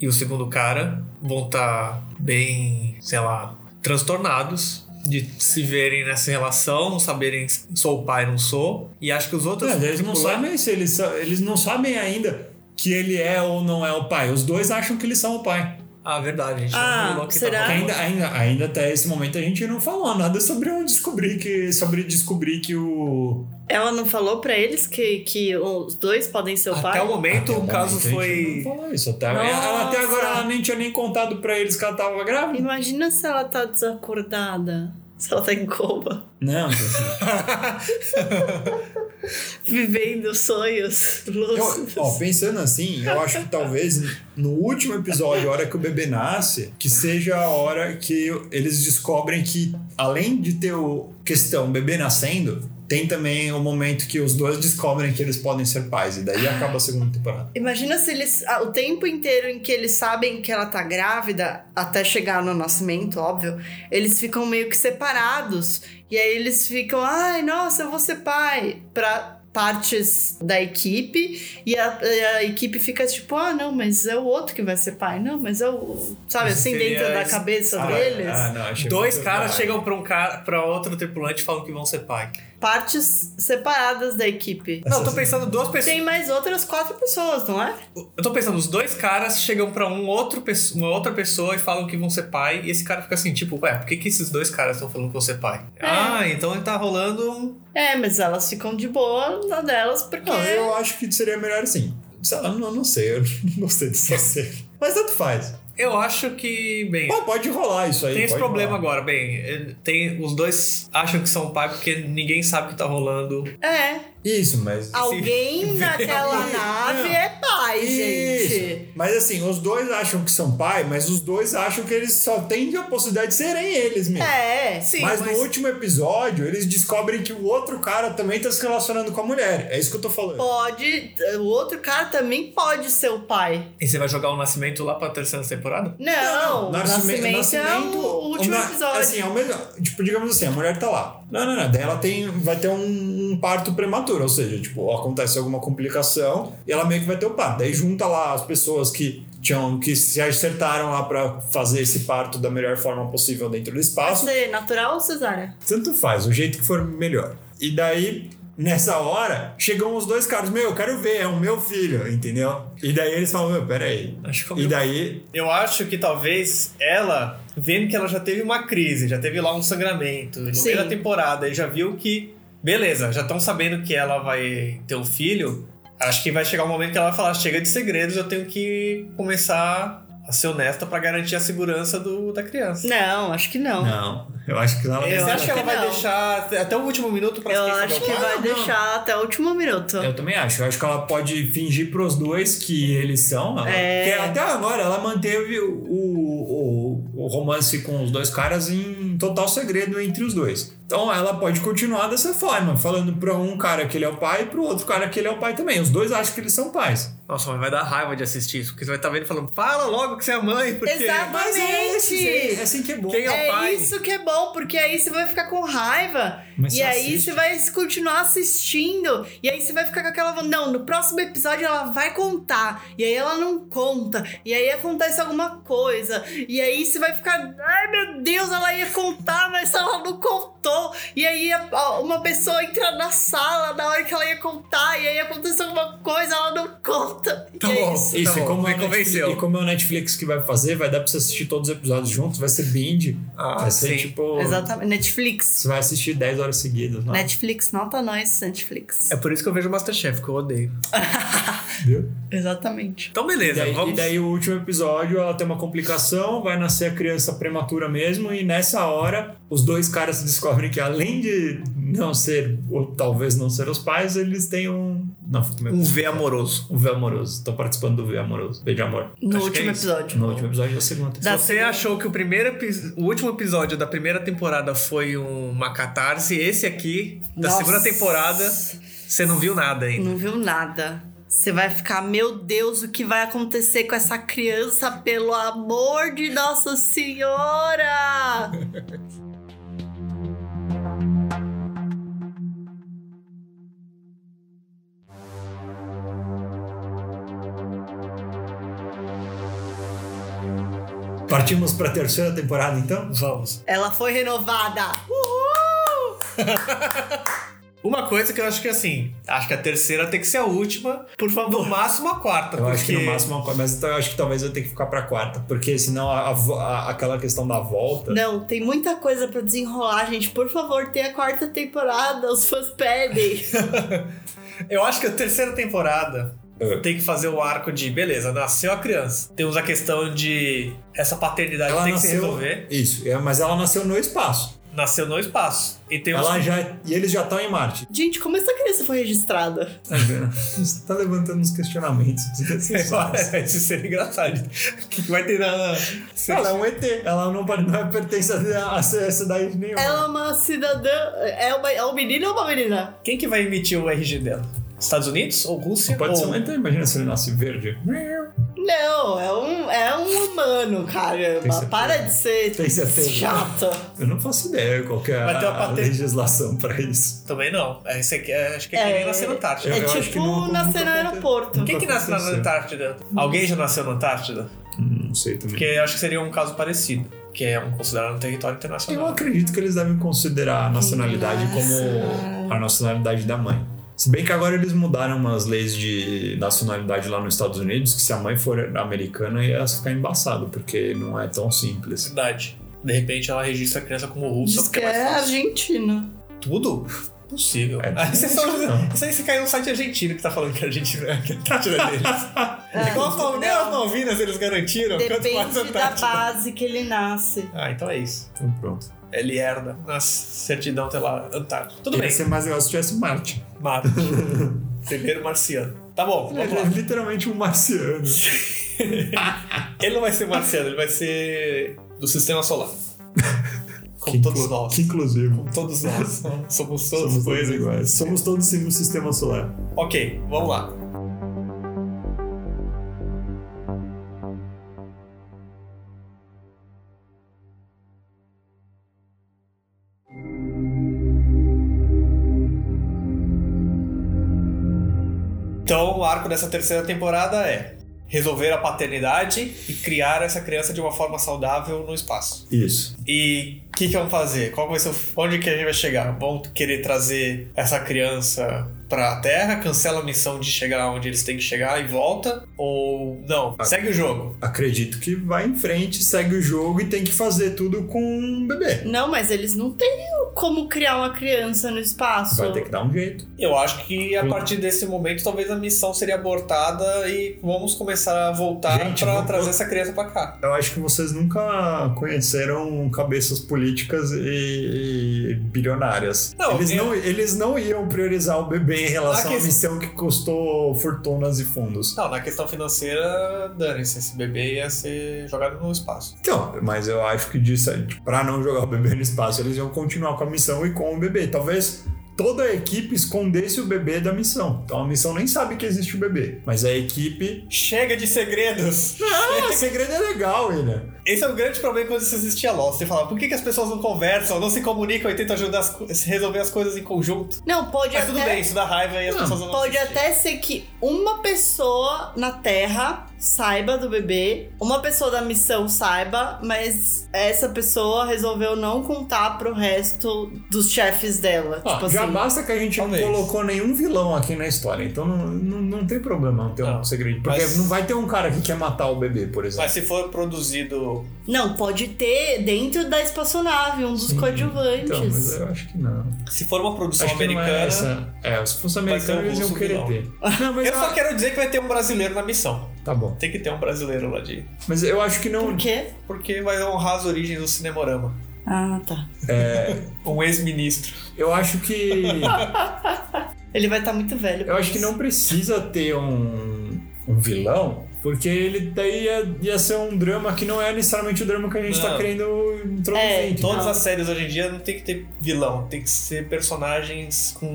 e o segundo cara vão estar bem, sei lá, transtornados de se verem nessa relação, não saberem se sou o pai, não sou. E acho que os outros Mas É, eles não tipo, lá- sabem se eles, sa- eles não sabem ainda que ele é ou não é o pai. Os dois acham que eles são o pai. Ah, verdade, a gente Ah, não falou que será? Tá Ainda, ainda, ainda até esse momento a gente não falou nada sobre eu descobrir que. Sobre descobrir que o. Ela não falou pra eles que, que os dois podem ser o Até pai? o momento, o Até caso momento a gente foi. Ah, Não falou isso. Até, ela, Nossa. até agora ela nem tinha nem contado pra eles que ela tava grávida. Imagina se ela tá desacordada. Se ela tá em coma. Não, Vivendo sonhos Eu, lúcidos. ó, pensando assim, eu acho que talvez no último episódio, a hora que o bebê nasce, que seja a hora que eles descobrem que, além de ter o questão bebê nascendo, tem também o momento que os dois descobrem que eles podem ser pais, e daí acaba a segunda temporada. Imagina se eles. ah, o tempo inteiro em que eles sabem que ela tá grávida, até chegar no nascimento, óbvio, eles ficam meio que separados. E aí eles ficam, ai, nossa, eu vou ser pai. Pra partes da equipe. E a, e a equipe fica tipo, ah, não, mas é o outro que vai ser pai. Não, mas é o. Sabe Isso assim, seria dentro da es- cabeça Ah, deles. ah, não, achei Dois muito caras legal. chegam pra um cara, para outro tripulante e falam que vão ser pai. Partes separadas da equipe. Não, eu tô pensando duas pessoas. Tem mais outras quatro pessoas, não é? Eu tô pensando, os dois caras chegam pra um outro, pesso- uma outra pessoa e falam que vão ser pai, e esse cara fica assim, tipo, ué, por que, que esses dois caras estão falando que vão ser pai? Ah, então tá rolando um. É, mas elas ficam de boa na delas, porque. Não, eu acho que seria melhor assim. Sei lá, não, não sei, eu não gostei dessa cena. Mas tanto faz. Eu acho que, bem. Pô, pode rolar isso aí. Tem esse pode problema rolar. agora, bem. ele- Tem, os dois acham que são pai porque ninguém sabe o que tá rolando. É, Isso, mas. Alguém naquela nave é pai, gente. Isso. Mas assim, os dois acham que são pai, mas os dois acham que eles só têm a possibilidade de serem eles mesmo. É. Sim, mas, no último episódio, eles descobrem que o outro cara também tá se relacionando com a mulher. É isso que eu tô falando. Pode. O outro cara também pode ser o pai. E você vai jogar o Nascimento lá pra terceira temporada? Não, o nascimento, é o último na- episódio. Assim, é o melhor. Tipo, digamos assim, a mulher tá lá. Não, não, não. Daí ela tem, vai ter um, um parto prematuro, ou seja, tipo, acontece alguma complicação e ela meio que vai ter o parto. Daí junta lá as pessoas que tinham, que se acertaram lá pra fazer esse parto da melhor forma possível dentro do Vai espaço. ser natural ou cesárea? Tanto faz, o jeito que for melhor. E daí, nessa hora, chegam os dois caras, meu, eu quero ver, é o meu filho, entendeu? E daí eles falam, meu, peraí. Acho que eu E daí, Eu acho que talvez ela, vendo que ela já teve uma crise, já teve lá um sangramento no Sim. meio da temporada e já viu que, beleza, já estão sabendo que ela vai ter um filho, acho que vai chegar um momento que ela vai falar: chega de segredos, eu tenho que começar a ser honesta pra garantir a segurança do, da criança. Não, acho que não. não, eu acho que ela Você Eu acha acho que ela que vai não. deixar até o último minuto pra Eu quem saber é acho o que pai? vai não. deixar até o último minuto. Eu também acho. Eu acho que ela pode fingir pros dois que eles são. Ela, É. Porque até agora ela manteve o, o, o romance com os dois caras em total segredo entre os dois. Então ela pode continuar dessa forma, falando pra um cara que ele é o pai e pro outro cara que ele é o pai também. Os dois acham que eles são pais. Nossa, mas vai dar raiva de assistir isso, porque você vai estar vendo e falando: fala logo que você é mãe, porque. Exato. Mas é esse, Exatamente! é assim que é bom. Quem é o É pai? isso que é bom, porque aí você vai ficar com raiva. Mas e você aí assiste. você vai continuar assistindo. E aí você vai ficar com aquela. Não, no próximo episódio ela vai contar. E aí ela não conta. E aí acontece alguma coisa. E aí você vai ficar. Ai meu Deus, ela ia contar, mas ela não contou. E aí a- a- uma pessoa entra na sala na hora que ela ia contar. E aí acontece alguma coisa, ela não conta. Tá e é bom. isso. Isso, Tá e, bom, como me é o Netflix, convenceu. e como é o Netflix que vai fazer, vai dar pra você assistir todos os episódios juntos, vai ser binge. Ah, vai ser sim. tipo. Exatamente. Netflix. Você vai assistir 10 horas seguidas. é? lá. Netflix, nota nós, Netflix. Tá. É por isso que eu vejo Masterchef, que eu odeio. Viu? Exatamente. Então, E beleza, daí, vamos. e daí o último episódio ela tem uma complicação, vai nascer a criança prematura mesmo, e nessa hora os dois caras descobrem que além de não ser, ou talvez não ser os pais, eles têm um. Não, meu Um V amoroso. Um V amoroso. Tô participando do V amoroso. V de amor. No Acho que último é isso. episódio. No último episódio da segunda temporada. Da Se você segunda- achou que o, primeiro, epi- o último episódio da primeira temporada foi um, uma catarse, esse aqui, da Nossa. segunda temporada, você não viu nada ainda. Não viu nada. Você vai ficar, meu Deus, o que vai acontecer com essa criança, pelo amor de Nossa Senhora! Partimos pra terceira temporada, então? Vamos. Ela foi renovada! Uhul! Uma coisa que eu acho que assim, acho que a terceira tem que ser a última, por favor, no máximo a quarta. Eu acho que no porque- máximo é uma quarta, mas então eu acho que talvez eu tenha que ficar pra quarta, porque senão a- a vo- a- aquela questão da volta. Não, tem muita coisa pra desenrolar, gente. Por favor, tem a quarta temporada, os fãs pedem. Eu acho que a terceira temporada Ah. tem que fazer o arco de, beleza, nasceu a criança. Temos a questão de essa paternidade Ela tem que se nasceu- resolver. Isso, é, mas ela nasceu no espaço. Nasceu no espaço. E tem um Ela os... já, é, e eles já estão em Marte. gente, como essa criança foi registrada? Tá vendo? Você tá levantando uns questionamentos. desnecessários. Isso seria engraçado. O que que vai ter na. na- Ela é um ET. Ela não, par- não pertence a, a cidade nenhuma. Ela é uma cidadã. É, uma, é um menino ou uma menina? Quem que vai emitir o RG dela? Estados Unidos ou Rússia? Pode ser ou... um ET, imagina se ele nasce verde. Não, é um, é um humano, caramba. certeza. Para de ser Tem certeza. chata. Eu não faço ideia qual que é Vai ter uma a patente. legislação pra isso. Também não. Esse aqui, é- acho que é, que nem nascer na Antártida. É Eu acho que tipo não- nascer no nunca aeroporto. aconteceu. Quem que nasce na aconteceu. Antártida? Alguém já nasceu na Antártida? Não sei também. Porque eu acho que seria um caso parecido. Que é um considerado um território Eu internacional. acredito que eles devem considerar a nacionalidade como Nossa. a nacionalidade da mãe. Se bem que agora eles mudaram umas leis de nacionalidade lá nos Estados Unidos, que se a mãe for americana ia ficar embaçado, porque não é tão simples. Cidade. De repente ela registra a criança como russa Diz que porque é é mais fácil. argentina. Tudo? Possível. É, aí, você só, não. isso aí você caiu no site argentino que tá falando que a Argentina que a Antártida é deles. Igual as Mal- nem as Malvinas eles garantiram. quanto mais a Ah, Depende da Antártida. base que ele nasce. Ah, então é isso. Então pronto. Ele herda na certidão, sei lá, Antártico. Tudo Ia bem. ser mais legal se tivesse Marte. Marte. Primeiro marciano. Tá bom, Ele vamos é lá. literalmente um marciano. Ele não vai ser marciano, ele vai ser do sistema solar. Como Que todos inclu- nós. Que inclusive. Como todos nós. Somos todos Somos todos coisas. iguais. Somos todos sim no sistema solar. Ok, vamos lá. Então, o arco dessa terceira temporada é resolver a paternidade e criar essa criança de uma forma saudável no espaço. Isso. E o que, que vamos fazer? Qual vai ser o, onde que a gente vai chegar? Vão querer trazer essa criança pra Terra, cancela a missão de chegar onde eles têm que chegar e volta? Ou não? Ah. Segue o jogo. Acredito que vai em frente, segue o jogo e tem que fazer tudo com um bebê. Não, mas eles não têm como criar uma criança no espaço. Vai ter que dar um jeito. Eu acho que a Hum. partir desse momento talvez a missão seria abortada e vamos começar a voltar Gente, pra vamos- trazer essa criança pra cá. Eu acho que vocês nunca conheceram cabeças políticas e, e bilionárias. Não, eles, eu- não, eles não iam priorizar o bebê em relação Ah, à que- missão que custou fortunas e fundos. Não, na questão financeira, dane-se, esse bebê ia ser jogado no espaço. Então, mas eu acho que disso, para não jogar o bebê no espaço, eles iam continuar com a missão e com o bebê. Talvez toda a equipe escondesse o bebê da missão. Então a missão nem sabe que existe o bebê, mas a equipe. Chega de segredos! Ah, segredo é legal, William. Esse é o grande problema quando você assistia Lost. Você fala, por que, que as pessoas não conversam, não se comunicam e tentam ajudar as co- resolver as coisas em conjunto? Não, pode Mas até. tudo bem, isso dá raiva e as Não, pessoas não Pode assistem. até ser que uma pessoa na Terra saiba do bebê, uma pessoa da missão saiba, mas essa pessoa resolveu não contar pro resto dos chefes dela. Ah, tipo já assim. basta que a gente talvez. não colocou nenhum vilão aqui na história, então não, não, não tem problema não ter um Não, segredo. Porque mas- não vai ter um cara que quer matar o bebê, por exemplo. Mas se for produzido. Não, pode ter dentro da espaçonave um dos Sim, coadjuvantes. Então, mas eu acho que não. Se for uma produção Acho que não é americana. essa. É, se fosse vai ser americano, um eles iam russo querer vilão. ter. Não, mas Eu ah, só quero dizer que vai ter um brasileiro na missão. tá bom. Tem que ter um brasileiro lá de. Mas eu acho que não, Por quê? Porque vai honrar as origens do Cinemorama. Ah, tá. Um ex-ministro. Eu acho que. Ele vai estar muito velho. Eu acho que não precisa ter um, um vilão, porque ele daí ia, ia ser um drama que não é necessariamente o drama que a gente Não. tá querendo É, introduzir. entendeu? Todas Não. as séries hoje em dia não tem que ter vilão, tem que ser personagens com.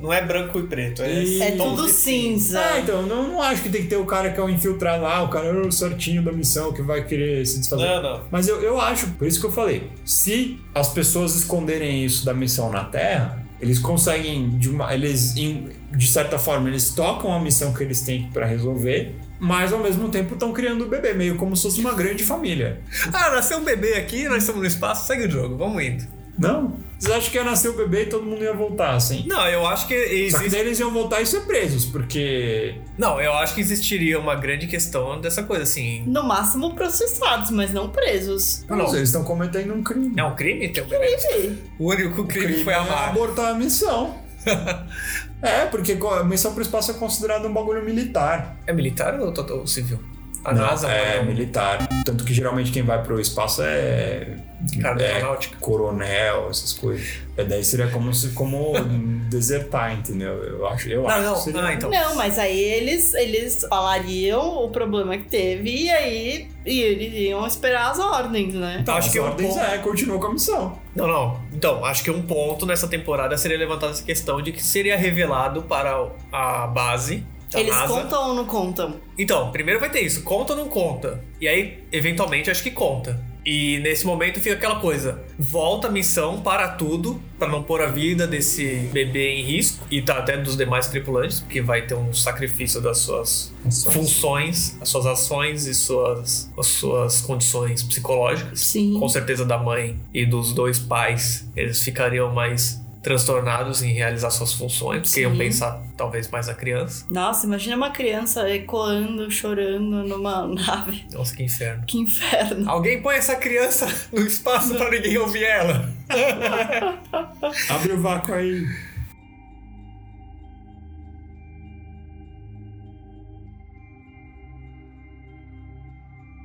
Não é branco e preto, é. E- É tons tudo de cinza. É, então, não, não acho que tem que ter o cara que é o infiltrado lá, o cara é o certinho da missão que vai querer se desfazer. Não, não. Mas eu, eu acho, por isso que eu falei, se as pessoas esconderem isso da missão na Terra, eles conseguem, de, uma, eles, em- de certa forma, eles tocam a missão que eles têm pra resolver, mas ao mesmo tempo estão criando o bebê, meio como se fosse uma grande família. Ah, nasceu um bebê aqui, nós estamos no espaço, segue o jogo, vamos indo. Não? Vocês acham que ia nascer o bebê e todo mundo ia voltar, assim? Não, eu acho que Só que existe. daí eles iam voltar e ser presos, porque. Não, eu acho que existiria uma grande questão dessa coisa, assim. No máximo processados, mas não presos. Não, sei, eles estão cometendo um crime. É um crime ter um bebê? Sim. O único crime, crime foi é amar. abortar a missão. é, porque co- a missão pro espaço é considerada um bagulho militar. É militar ou, to- ou civil? A NASA é, é, militar. Tanto que geralmente quem vai pro espaço é cara da é. aeronáutica. coronel, essas coisas. É, daí seria como se como desertar, entendeu? Eu acho. Eu Não, acho não, que seria- ah, então. Não, mas aí eles, eles falariam o problema que teve e aí e eles iam esperar as ordens, né? Então, acho As que é um ordens ponto- é, continua com a missão. Não, não. Então, acho que um ponto nessa temporada seria levantado essa questão de que seria revelado para o- a base da eles NASA. contam ou não contam? Então, primeiro vai ter isso, conta ou não conta? E aí, eventualmente, acho que conta. E nesse momento fica aquela coisa, volta a missão para tudo, para não pôr a vida desse bebê em risco e tá até dos demais tripulantes, porque vai ter um sacrifício das suas funções, as suas ações e suas, as suas condições psicológicas. Sim. Com certeza da mãe e dos dois pais, eles ficariam mais transtornados em realizar suas funções, porque iam Sim. pensar talvez mais na criança. Nossa, imagina uma criança ecoando, chorando numa nave. Nossa, que inferno. Que inferno. Alguém põe essa criança no espaço pra ninguém ouvir ela. Abre o vácuo aí.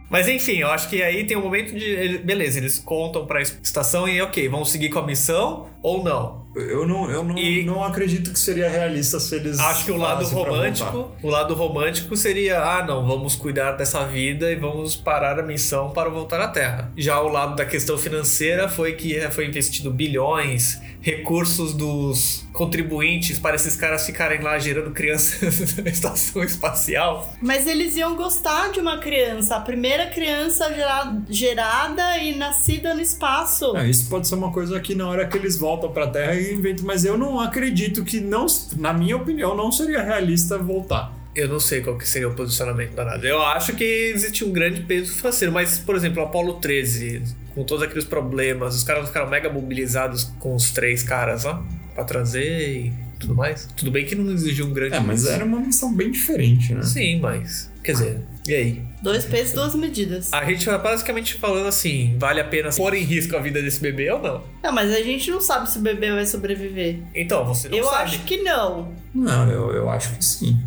Mas enfim, eu acho que aí tem um momento de. ele- Beleza, eles contam pra estação e ok, vão seguir com a missão ou não. Eu não, eu não, E- não acredito que seria realista se eles. Acho que o lado falassem pra voltar. romântico. O lado romântico seria, ah, não, vamos cuidar dessa vida e vamos parar a missão para voltar à Terra. Já o lado da questão financeira foi que eh, foi investido bilhões, recursos dos contribuintes para esses caras ficarem lá gerando crianças na estação espacial. Mas eles iam gostar de uma criança. A primeira criança gera- gerada e nascida no espaço. Não, Ah, isso pode ser uma coisa que na hora que eles voltam pra Terra e inventam, mas eu não acredito que não, na minha opinião, não seria realista voltar. Eu não sei qual que seria o posicionamento da NASA. Eu acho que existe um grande peso financeiro, mas, por exemplo, o Apollo 13, com todos aqueles problemas, os caras ficaram mega mobilizados com os três caras lá pra trazer e tudo mais. Tudo bem que não exigiu um grande É, mas era uma missão bem diferente, né? Sim, mas. Quer dizer, e aí? Dois pesos, duas medidas. A gente tá basicamente falando assim: vale a pena pôr em risco a vida desse bebê ou não? Não, mas a gente não sabe se o bebê vai sobreviver. Então, você não Eu sabe. acho que não. Não, eu, eu acho que sim.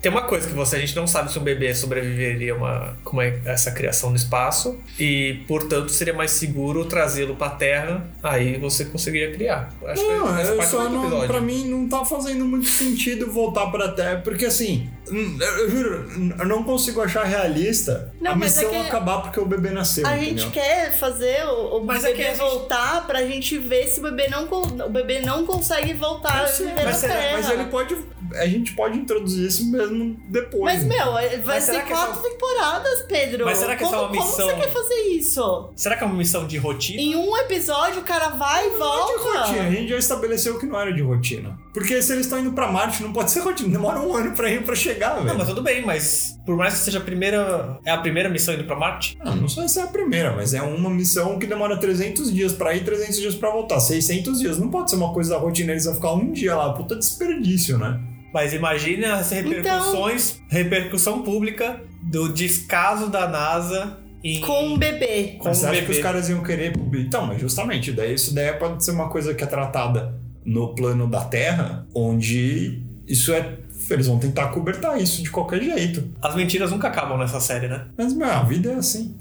Tem uma coisa que você, a gente não sabe se um bebê sobreviveria a uma, como é essa criação no espaço e, portanto, seria mais seguro trazê-lo pra Terra, aí você conseguiria criar. Acho Não, que essa eu parte só do não, episódio. pra mim não tá fazendo muito sentido voltar pra Terra, porque assim, hum, eu, eu juro, hum, eu não consigo achar realista Não, a mas é missão que- acabar porque o bebê nasceu, A entendeu? gente quer fazer o, o Mas é bebê que a gente- voltar pra gente ver se o bebê não, con- o bebê não consegue voltar a Eu sei, viver mas, na Ah, é Terra. mas ele pode. A gente pode introduzir isso mesmo depois. Mas, meu, vai Mas será ser que quatro temporadas, Pedro. Mas será que como, essa é uma Como você missão? quer fazer isso? Será que é uma missão de rotina? Em um episódio o cara vai e é de rotina. A volta. gente já estabeleceu que não era de rotina. Porque se eles estão indo pra Marte, não pode ser rotina. Demora um ano pra ir pra chegar, velho. Não, mas tudo bem, mas por mais que seja a primeira. É a primeira missão indo pra Marte? Ah, não sei se é a primeira, mas é uma missão que demora 300 dias pra ir, 300 dias pra voltar. 600 dias. Não pode ser uma coisa da rotina. Eles vão ficar um dia lá. Puta desperdício, né? Mas imagine as repercussões, Então- repercussão pública do descaso da NASA em. Com um bebê. com Mas você o acha que bebê. os caras iam querer... Então, mas justamente. Daí isso daí pode ser uma coisa que é tratada no plano da Terra, onde... Isso é. Eles vão tentar cobertar isso de qualquer jeito. As mentiras nunca acabam nessa série, né? Mas, meu, a vida é assim.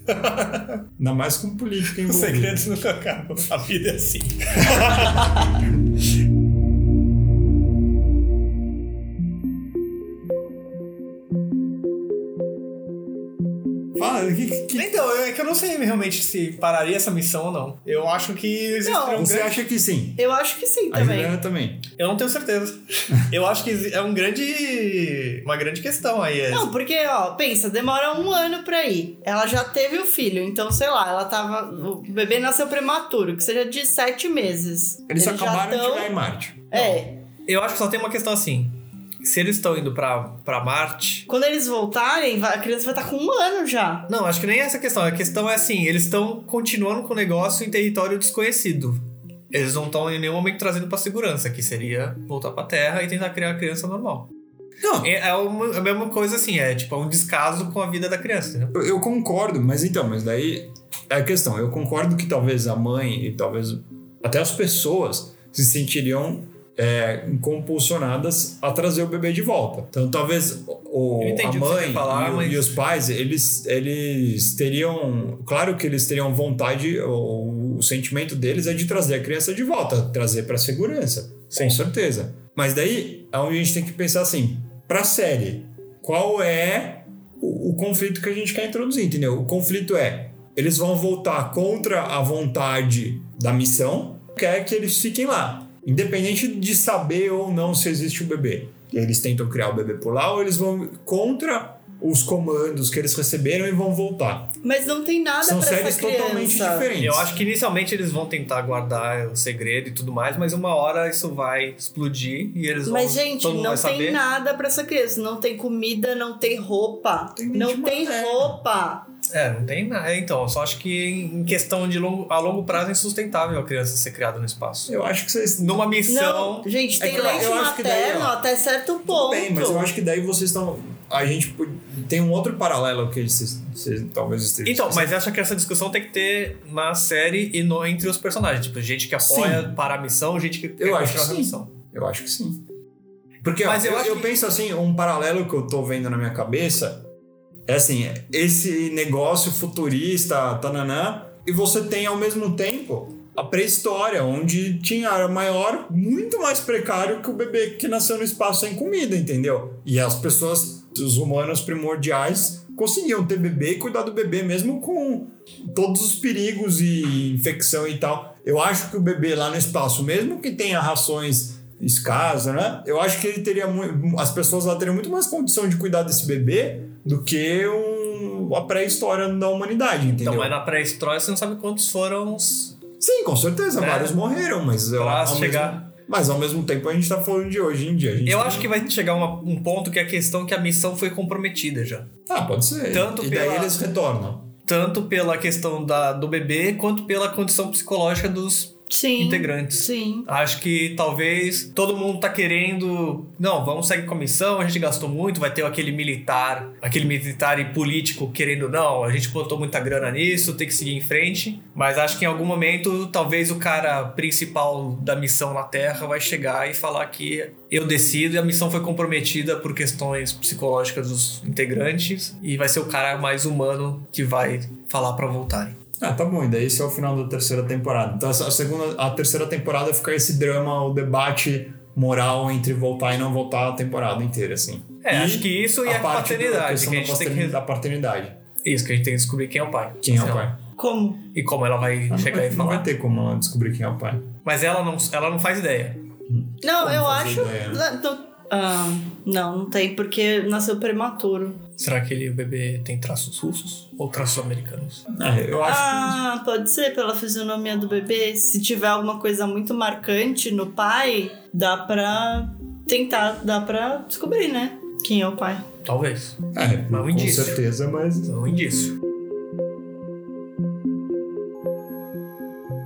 Ainda mais com política Os envolvida. segredos nunca acabam. A vida é assim. Fala, que, que- Então, é que eu não sei realmente se pararia essa missão ou não. Eu acho que existe Não, um você grande... acha que sim? Eu acho que sim A é também. Juliana também. Eu não tenho certeza. Eu acho que exi- é um grande... Uma grande questão aí. é- Não, porque, ó, pensa, demora um ano pra ir. Ela já teve o filho, então, sei lá, ela tava. O bebê nasceu prematuro, que seja de sete meses. Eles, já acabaram de então. tão- chegar em Marte. É. Eu acho que só tem uma questão assim. Se eles estão indo pra, pra Marte... Quando eles voltarem, vai- a criança vai estar com um ano já. Não, acho que nem é essa a questão. A questão é assim, eles estão continuando com o negócio em território desconhecido. Eles não estão em nenhum momento trazendo pra segurança, que seria voltar pra Terra e tentar criar a criança normal. Não, É, é uma- é a mesma coisa assim, é tipo é um descaso com a vida da criança, entendeu? Eu, eu concordo, mas então, mas daí é a questão. Eu concordo que talvez a mãe e talvez até as pessoas se sentiriam é, compulsionadas a trazer o bebê de volta. Então, talvez o, Eu a entendi o que você mãe quer falar, e, o- mas- e os pais, eles, eles teriam... Claro que eles teriam vontade, o, o sentimento deles é de trazer a criança de volta, trazer para segurança, com certeza. Mas daí, é onde a gente tem que pensar assim, para série, qual é o, o conflito que a gente quer introduzir, entendeu? O conflito é, eles vão voltar contra a vontade da missão, quer que eles fiquem lá, independente de saber ou não se existe o bebê. Eles tentam criar o bebê por lá ou eles vão contra os comandos que eles receberam e vão voltar. Mas não tem nada São Ah, pra séries essa criança. totalmente diferentes. Eu acho que inicialmente eles vão tentar guardar o segredo e tudo mais, mas uma hora isso vai explodir e eles vão. Mas, gente, todo mundo não vai saber. tem nada pra essa criança. Não tem comida, não tem roupa. Tem nem de não tem matéria. roupa. É, não tem nada. É, então, eu só acho que em questão de longo, a longo prazo é insustentável a criança ser criada no espaço. Eu acho que vocês... Numa missão. Não, gente, É tem que eu- leite eu acho que daí, materno ó, até certo Tudo ponto. bem, mas eu acho que daí vocês estão... A gente pô- tem um outro paralelo que vocês, vocês talvez estejam Então, mas eu acho que essa discussão tem que ter na série e no, entre os personagens. Tipo, gente que apoia para a missão, gente que quer acho continuar que na sim. missão. Eu acho que sim. Porque Mas ó, eu eu, acho eu que- penso assim, um paralelo que eu tô vendo na minha cabeça é assim, esse negócio futurista, tananã, e você tem ao mesmo tempo a pré-história, onde tinha era maior, muito mais precário que o bebê que nasceu no espaço sem comida, entendeu? E as pessoas, os humanos primordiais, conseguiam ter bebê e cuidar do bebê mesmo com todos os perigos e infecção e tal. Eu acho que o bebê lá no espaço, mesmo que tenha rações escasas, né? Eu acho que ele teria muito, as pessoas lá teriam muito mais condição de cuidar desse bebê do que um, a pré-história da humanidade, entendeu? Então, mas na pré-história você não sabe quantos foram os- Sim, com certeza, É. vários morreram, mas eu pra ao chegar. mesmo- mas ao mesmo tempo a gente tá falando de hoje em dia. A gente Eu tá- acho que vai chegar uma- um ponto que é a questão que a missão foi comprometida já. Ah, pode ser. Tanto e daí pela- eles retornam. Tanto pela questão da, do bebê, quanto pela condição psicológica dos Sim. integrantes. Sim. Acho que talvez todo mundo tá querendo. Não, vamos seguir com a missão, a gente gastou muito, vai ter aquele militar, aquele militar e político querendo, não, a gente botou muita grana nisso, tem que seguir em frente. Mas acho que em algum momento, talvez o cara principal da missão na Terra vai chegar e falar que eu decido e a missão foi comprometida por questões psicológicas dos integrantes, e vai ser o cara mais humano que vai falar pra voltarem. Ah, tá bom, e daí esse é o final da terceira temporada. Então a segunda, a terceira temporada fica esse drama, o debate moral entre voltar e não voltar a temporada inteira, assim. É, E acho que isso e a, parte da paternidade, questão que a da gente tem que patern- da paternidade. Isso, que a gente tem que descobrir quem é o pai. Quem é o Não. pai? Como? E como ela vai Ah, Não chegar vai, e não falar. vai ter como ela descobrir quem é o pai. Mas ela não, ela não faz ideia. Não, Como eu fazer acho. ideia, né? Não, tô- Ah, não, não tem, porque nasceu prematuro. Será que ele, o bebê tem traços russos ou traços americanos? Ah, eu acho Ah, pode ser pela fisionomia do bebê. Se tiver alguma coisa muito marcante no pai, dá pra tentar, dá pra descobrir, né? Quem é o pai. Talvez. que. É, Mas um com indício. certeza, mas. É um indício.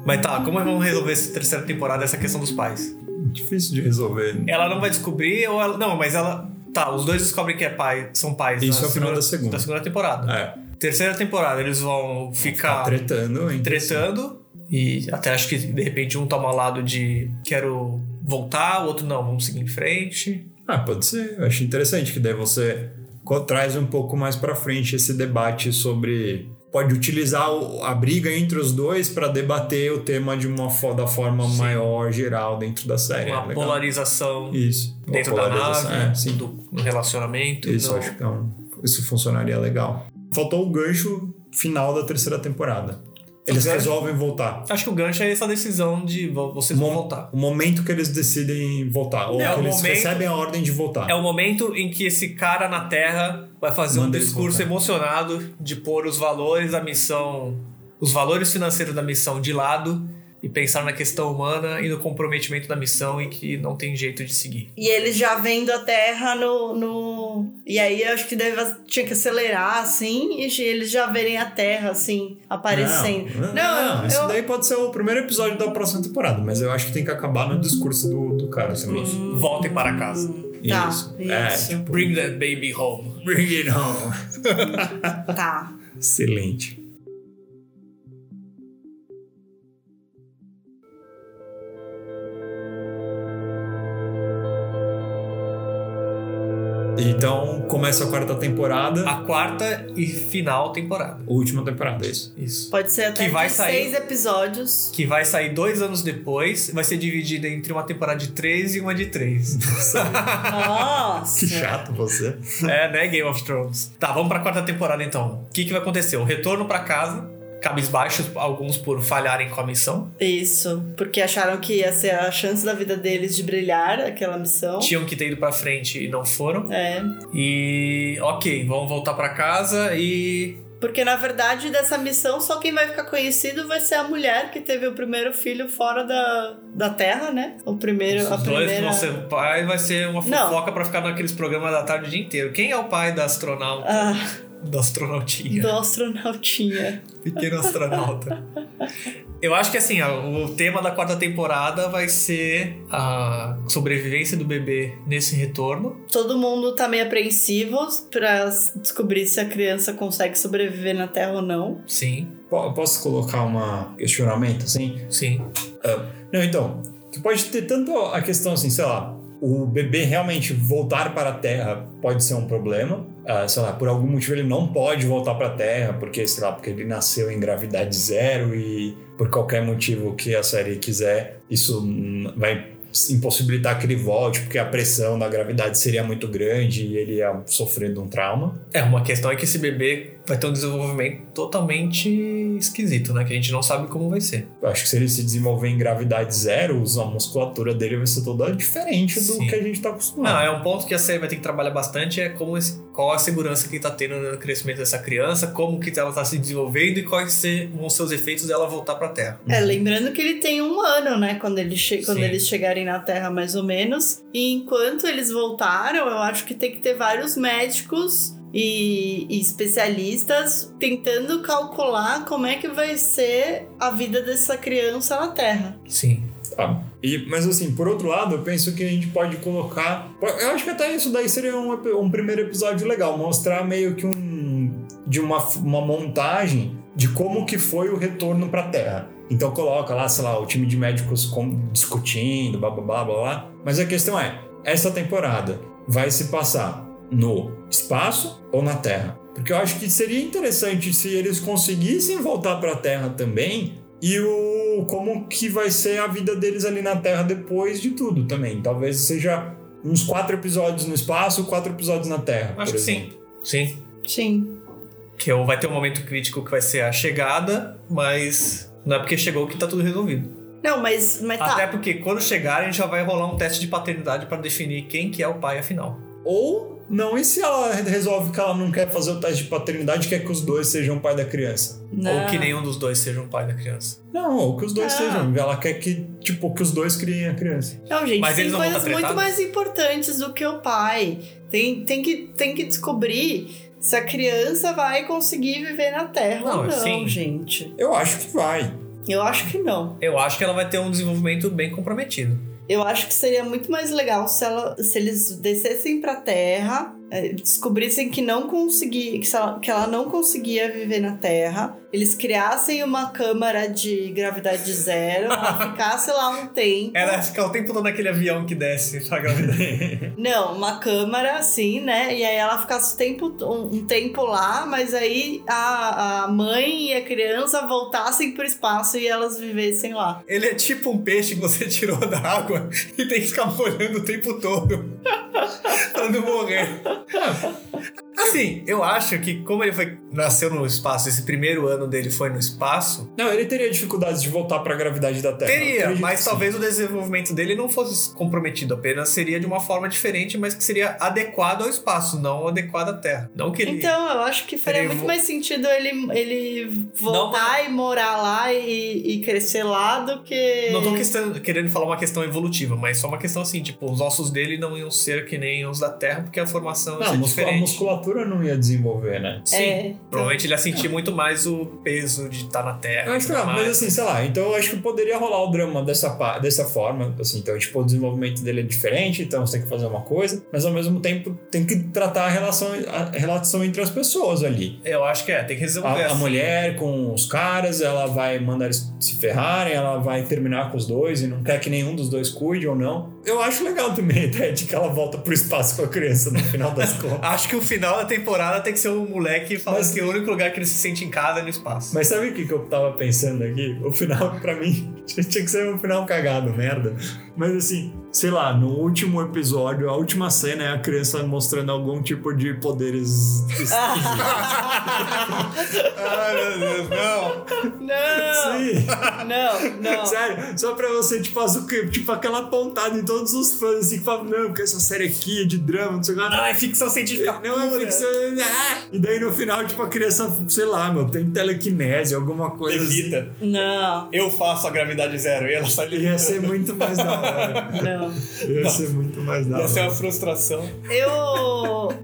Mas tá, como vamos resolver essa terceira temporada, essa questão dos pais? Difícil de resolver. né? Ela não vai descobrir ou ela. Não, mas ela. Tá, os dois descobrem que é pai, são pais. Isso na é o final da segunda. Da segunda temporada. É, Terceira temporada, eles vão ficar. tá tretando, hein? tretando. E até acho que de repente um toma lado de quero voltar, o outro não, vamos seguir em frente. Ah, pode ser. Eu acho interessante que daí você co- traz um pouco mais pra frente esse debate sobre pode utilizar o- a briga entre os dois pra debater o tema de uma fo- da forma Sim. maior geral dentro da série. Uma é legal. polarização Isso. Uma dentro da polarização, nave, É, sim. do, no relacionamento. então Isso, no- acho que é um- isso funcionaria legal. Faltou o gancho final da terceira temporada. Eles O gancho? resolvem voltar. Acho que o gancho é essa decisão de vo- vocês vão Mom- voltar. O momento que eles decidem voltar. Ou É, que o eles momento- recebem a ordem de voltar. É o momento em que esse cara na Terra vai fazer Manda um eles discurso voltar. emocionado de pôr os valores da missão, os valores financeiros da missão de lado e pensar na questão humana e no comprometimento da missão e que não tem jeito de seguir. E eles já vendo a Terra no. no... E aí eu acho que deve, tinha que acelerar, assim, e eles já verem a Terra, assim, aparecendo. Não, Não, não, não, eu- isso daí pode ser o primeiro episódio da próxima temporada, mas eu acho que tem que acabar no discurso do, do cara assim, também. Voltem para casa. Tá, Isso. isso. É, tipo, Bring that baby home. bring it on. É. Tá. Excelente. Então começa a quarta temporada, A quarta e final temporada. última temporada, é isso. Isso. Pode ser até Que vai de sair. seis episódios. Que vai sair dois anos depois, vai ser dividida entre uma temporada de três e uma de três. Nossa! Que chato você. é, né, Game of Thrones? Tá, vamos pra quarta temporada então. O que, que vai acontecer? O retorno pra casa, cabisbaixos, alguns por falharem com a missão. Isso. Porque acharam que ia ser a chance da vida deles de brilhar aquela missão. Tinham que ter ido pra frente e não foram. É. E, ok, vão voltar pra casa e. Porque na verdade dessa missão só quem vai ficar conhecido vai ser a mulher que teve o primeiro filho fora da, da Terra, né? O primeiro, a os dois primeira. vão ser pai, vai ser uma Não. fofoca pra ficar naqueles programas da tarde o dia inteiro. Quem é o pai da astronauta? Ah, Da astronautinha? do astronautinha. Pequeno astronauta. Eu acho que assim, ó, o tema da quarta temporada vai ser a sobrevivência do bebê nesse retorno. Todo mundo tá meio apreensivo pra s- descobrir se a criança consegue sobreviver na Terra ou não. Sim, Po- Posso colocar um questionamento assim? sim. Não, então, que pode ter tanto a questão assim, sei lá, o bebê realmente voltar para a Terra pode ser um problema. Ah, sei lá, por algum motivo ele não pode voltar para a Terra, porque, sei lá, porque ele nasceu em gravidade zero e por qualquer motivo que a série quiser, isso hum, vai impossibilitar que ele volte, porque a pressão da gravidade seria muito grande e ele ia sofrer de um trauma. É, uma questão é que esse bebê vai ter um desenvolvimento totalmente esquisito, né? Que a gente não sabe como vai ser. Eu acho que se ele se desenvolver em gravidade zero, a musculatura dele vai ser toda diferente do Sim. que a gente está Não, acostumado. é um ponto que a série vai ter que trabalhar bastante, é como esse, qual a segurança que tá tendo no crescimento dessa criança, como que ela tá se desenvolvendo e quais ser- vão ser os efeitos dela voltar pra Terra. É, lembrando que ele tem um ano, né? Quando, ele che- quando Uhum. Sim. eles chegarem na Terra, mais ou menos. E enquanto eles voltaram, eu acho que tem que ter vários médicos e, e especialistas tentando calcular como é que vai ser a vida dessa criança na Terra. Sim. Tá. E, mas assim, por outro lado, eu penso que a gente pode colocar. Eu acho que até isso daí seria um, epi- um primeiro episódio legal, mostrar meio que um. de uma, f- uma montagem de como que foi o retorno pra Terra. Então coloca lá, sei lá, o time de médicos com- discutindo, blá blá blá blá blá. Mas a questão é: essa temporada vai se passar no espaço ou na Terra? Porque eu acho que seria interessante se eles conseguissem voltar pra Terra também e o como que vai ser a vida deles ali na Terra depois de tudo também. Talvez seja uns quatro episódios no espaço, quatro episódios na Terra. Acho por que exemplo. sim. Sim. Sim. Que vai ter um momento crítico que vai ser a chegada, mas não é porque chegou que tá tudo resolvido. Não, mas, mas tá. Até porque quando chegarem já vai rolar um teste de paternidade pra definir quem que é o pai afinal. Ou não, e se ela resolve que ela não quer fazer o teste de paternidade, quer que os dois sejam pai da criança? Não. Ou que nenhum dos dois seja um pai da criança. Não, ou que os dois Ah. sejam. Ela quer que, tipo, que os dois criem a criança. Não, gente, Mas tem eles não vão coisas estar tretados? muito mais importantes do que o pai. Tem, tem, que, tem que descobrir se a criança vai conseguir viver na Terra Não, ou não, sim. gente. Eu acho que vai. Eu acho que não. Eu acho que ela vai ter um desenvolvimento bem comprometido. Eu acho que seria muito mais legal se, ela, se eles descessem pra Terra eh, descobrissem que não conseguia, que, se ela- que ela não conseguia viver na Terra, eles criassem uma câmara de gravidade zero, ela ficasse lá um tempo. Ela fica o tempo todo naquele avião que desce pra gravidez. Não, uma câmara, assim, né? E aí ela ficasse o tempo, um, um tempo lá, mas aí a, a mãe e a criança voltassem pro espaço e elas vivessem lá. Ele é tipo um peixe que você tirou da água e tem que ficar molhando o tempo todo pra não morrer. Assim, eu acho que como ele foi nasceu no espaço, esse primeiro ano dele foi no espaço, Não, ele teria dificuldades de voltar pra gravidade da Terra. É, Eu Teria, acredito mas que talvez o desenvolvimento dele não fosse comprometido, apenas seria de uma forma diferente, mas que seria adequado ao espaço, não adequado à Terra. Não que ele. Então eu acho que faria ele muito vo- mais sentido ele, ele voltar e morar lá e, e crescer lá do que. não tô questão- querendo falar uma questão evolutiva, mas só uma questão assim, tipo, os ossos dele não iam ser que nem os da Terra, porque a formação ia Não, a ser muscu- a diferente. musculatura não ia desenvolver, né? Sim. É, então- Provavelmente ele ia sentir muito mais o peso de estar na Terra. Eu acho que e tudo não, mas mais. assim, sei lá, então eu acho que poderia rolar o drama dessa, pa- dessa forma, assim, então, tipo, o desenvolvimento dele é diferente, então você tem que fazer uma coisa, mas ao mesmo tempo tem que tratar a relação, a relação entre as pessoas ali. Eu acho que é, tem que resolver. A, a essa. mulher com os caras, ela vai mandar eles se ferrarem, ela vai terminar com os dois e não quer que nenhum dos dois cuide ou não. Eu acho legal também a ideia de que ela volta pro espaço com a criança no final das contas. Acho que o final da temporada tem que ser um moleque falando Mas- que o único lugar que ele se sente em casa é no espaço. Mas sabe o que, que eu tava pensando aqui? O final, pra mim, tinha que ser um final cagado, merda. Mas assim, sei lá, no último episódio, a última cena é a criança mostrando algum tipo de poderes. Ai, Ah, meu Deus, não! não, Sim. não, não. Sério, só pra você, tipo, as- tipo aquela pontada em todos os fãs, assim, que falam, não, porque essa série aqui é de drama, não sei o que. lá." Ah, é ficção científica Não, é pura. ficção. ah! E daí no final, tipo, a criança, sei lá, meu, tem telequinese, alguma coisa. Assim. Levita. Não, Eu faço a gravidade zero e ela tá sai Ia levitando. ser muito mais da hora. não. Ia ser muito mais da hora. Ia ser é uma frustração. Eu.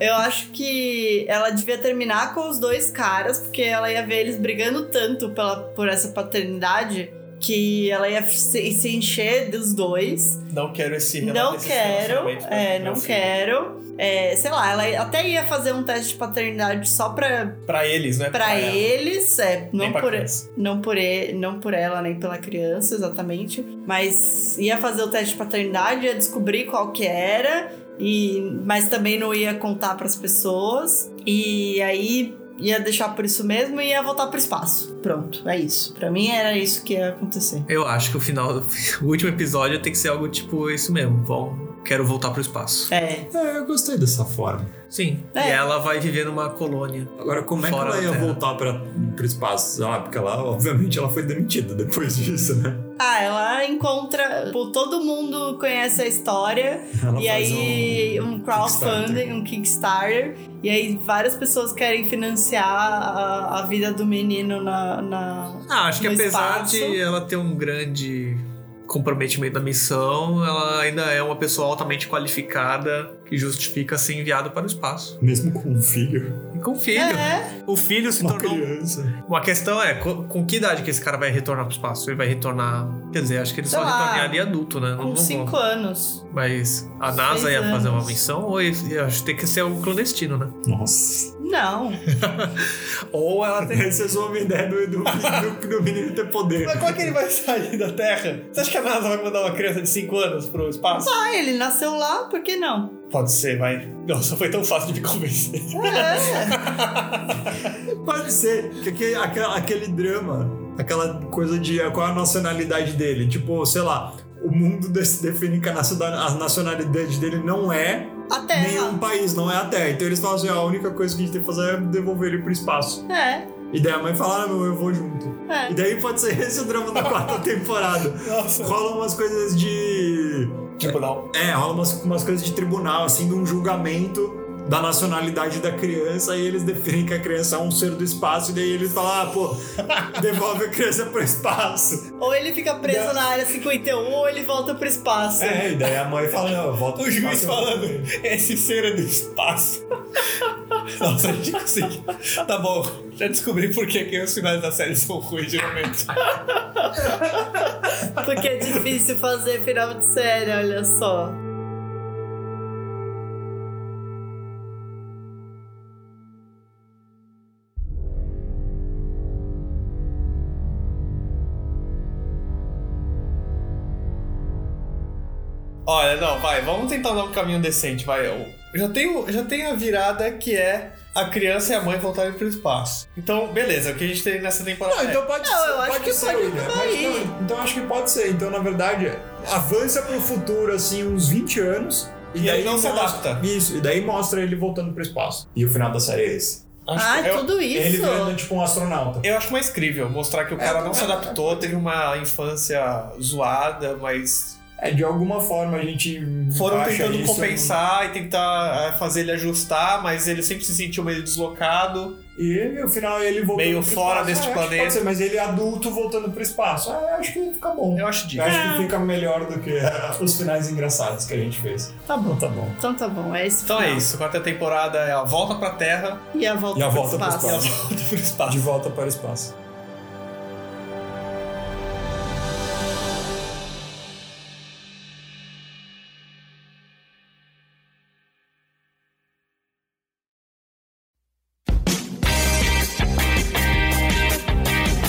Eu acho que ela devia terminar com os dois caras, porque ela ia ver eles brigando tanto pela, por essa paternidade que ela ia se, se encher dos dois. Não quero esse não quero. É, não quero. É, sei lá, ela até ia fazer um teste de paternidade só pra, Pra eles, né? pra eles. É, não por, eles. não por ele, não por ela nem pela criança exatamente, mas ia fazer o teste de paternidade, ia descobrir qual que era e mas também não ia contar pras pessoas e aí ia deixar por isso mesmo e ia voltar pro espaço. Pronto, é isso. Pra mim era isso que ia acontecer. Eu acho que o final, o último episódio tem que ser algo tipo isso mesmo. Bom, quero voltar pro espaço. É, É, eu gostei dessa forma. Sim. É. E ela vai viver numa colônia. Agora, como é Fora que da ela ia Terra. voltar pra, pro espaço? Sei lá, porque ela, obviamente, ela foi demitida depois disso, né? ah, ela encontra, pô, todo mundo conhece a história Ela E faz aí, um, crowdfunding, um Kickstarter. E aí, várias pessoas querem financiar a, a vida do menino na. na- Ah, acho que No apesar espaço. de ela ter um grande comprometimento da missão, ela ainda é uma pessoa altamente qualificada que justifica ser enviada para o espaço. Mesmo com um filho, E com o filho. É, O filho se uma um tornou criança. Uma questão é, co- com que idade que esse cara vai retornar pro espaço? Ele vai retornar. Quer dizer, acho que ele Sei só lá, retornaria adulto, né? Não, com não 5 vou. anos. Mas a NASA Seis ia fazer uma anos. missão ou ia- ia- acho que tem que ser algo clandestino, né? Nossa. Não. Ou ela tem. Essa é só uma ideia do, do, do, do menino ter poder. Mas como é que ele vai sair da Terra? Você acha que a NASA vai mandar uma criança de 5 anos pro espaço? Ah, ele nasceu lá, por que não? Pode ser, vai. Nossa, foi tão fácil de me convencer. É. Pode ser que aque- aque- aquele, drama, aquela coisa de ah, qual a nacionalidade dele. Tipo, sei lá, o mundo desse- define que a naciona- a nacionalidade dele não é A Terra. nenhum país, não é a Terra. Então eles falam assim: "Ah, a única coisa que a gente tem que fazer é devolver ele pro espaço. É, E daí a mãe fala: ah, não, eu vou junto. é. E daí pode ser esse o drama da quarta temporada. Nossa. Rola umas coisas de. Tipo, não. É, rola umas, umas coisas de tribunal, assim, de um julgamento da nacionalidade da criança e eles definem que a criança é um ser do espaço e daí eles falam, ah, pô, devolve a criança pro espaço. Ou ele fica preso na área 51 ou ele volta pro espaço. É, e daí a mãe fala, não, volta O juiz falando, esse ser é do espaço. Nossa, a gente conseguiu. Tá bom, já descobri por que que os finais da série são ruins, geralmente. Porque é difícil fazer final de série, olha só. Olha, não, vai, vamos tentar dar um caminho decente, vai. Eu já tenho, já tenho a virada que é a criança e a mãe voltarem pro espaço. Então, beleza, o que a gente tem nessa temporada? é Não, então pode Não, ser. eu acho pode que ser, pode né? mudar Mas aí. não, então acho que pode ser. Então, na verdade, avança pro futuro, assim, uns 20 anos. E, E daí ele não se mostra- adapta. Isso, e daí mostra ele voltando pro espaço. E o final da série é esse. É, acho Ah, que- eu, tudo isso. Ele virando tipo um astronauta. eu acho mais crível mostrar que o cara É, não é, se adaptou, teve uma infância zoada, mas É, de alguma forma a gente. foram acha tentando isso- um né? compensar e tentar ah, fazer ele ajustar, mas ele sempre se sentiu meio deslocado. E no final ele voltando Meio pro fora espaço. deste Ah, acho que pode planeta. ser, mas ele adulto voltando pro espaço. Ah, acho que fica bom. Eu acho Eu disso. Ah. acho que fica melhor do que os finais engraçados que a gente fez. Tá bom, tá bom. Então tá bom, é esse Então é final. isso, quarta temporada é a volta pra Terra E a volta, E a pro volta pro e a espaço. volta pro espaço. De volta para o espaço.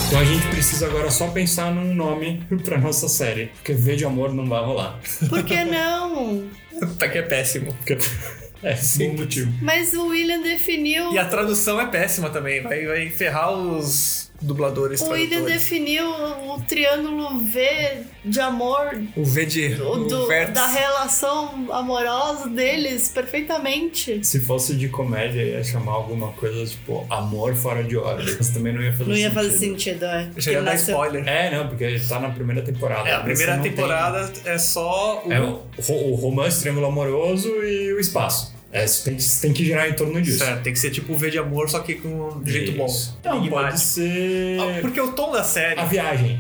Então a gente precisa agora só pensar num nome pra nossa série. Porque V de amor não vai rolar. Por que não? Tá que é péssimo. Porque- É, sim. Bom motivo. Mas o William definiu. E a tradução é péssima também, vai, vai ferrar os dubladores O William tradutores. definiu o triângulo V de amor O V de. o do- vértice. da relação amorosa deles perfeitamente. Se fosse de comédia, ia chamar alguma coisa tipo amor fora de ordem. Mas também não ia fazer Não ia fazer sentido. sentido, é. Já ia Porque dar nasceu- spoiler. É, não, porque tá na primeira temporada. É, a Você primeira não tem- temporada é só o. É o, ro- o romance, triângulo amoroso e o espaço. É, isso tem, que- tem que girar em torno disso. Certo, tem que ser tipo o V de amor, só que com um jeito bom. Isso. Não, pode Enigmático. ser Ah, Porque o tom da série. a viagem.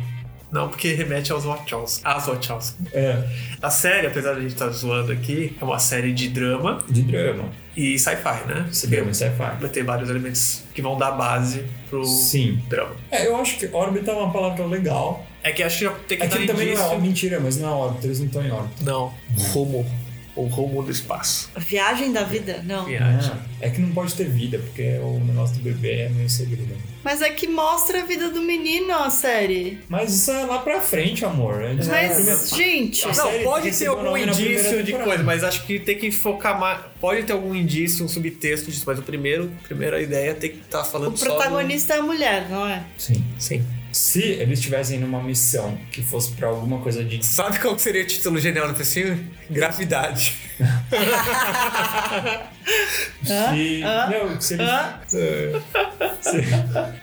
Não, porque remete aos Wachowski. As Wachowski. É, A série, apesar de a gente estar zoando aqui, é uma série de drama de drama. e sci-fi, né? Esse drama, isso é fato. Vai ter vários elementos que vão dar base pro Sim. drama. É, eu acho que órbita é uma palavra legal. É que acho que já tem que É que dar ele também não é indício- órbita. Mentira, mas não é órbita, eles não estão em órbita. Não, rumo. O rumo do espaço. Viagem da vida? Não. Viagem. É que não pode ter vida, porque o negócio do bebê é meio segredo. Mas é que mostra a vida do menino a série. Mas isso é lá pra frente, amor. né? Isso é a primeira- Mas, gente, Não, série pode ter recebeu algum nome na indício primeira de temporada. coisa, mas acho que tem que focar mais. Pode ter algum indício, um subtexto disso, mas o primeiro, a primeira ideia é ter que estar o falando só. do- protagonista é a mulher, não é? Sim. Sim. Se eles estivessem numa missão que fosse pra alguma coisa de. Sabe qual que seria o título genial do filme? Gravidade. se... não, se eles. Se,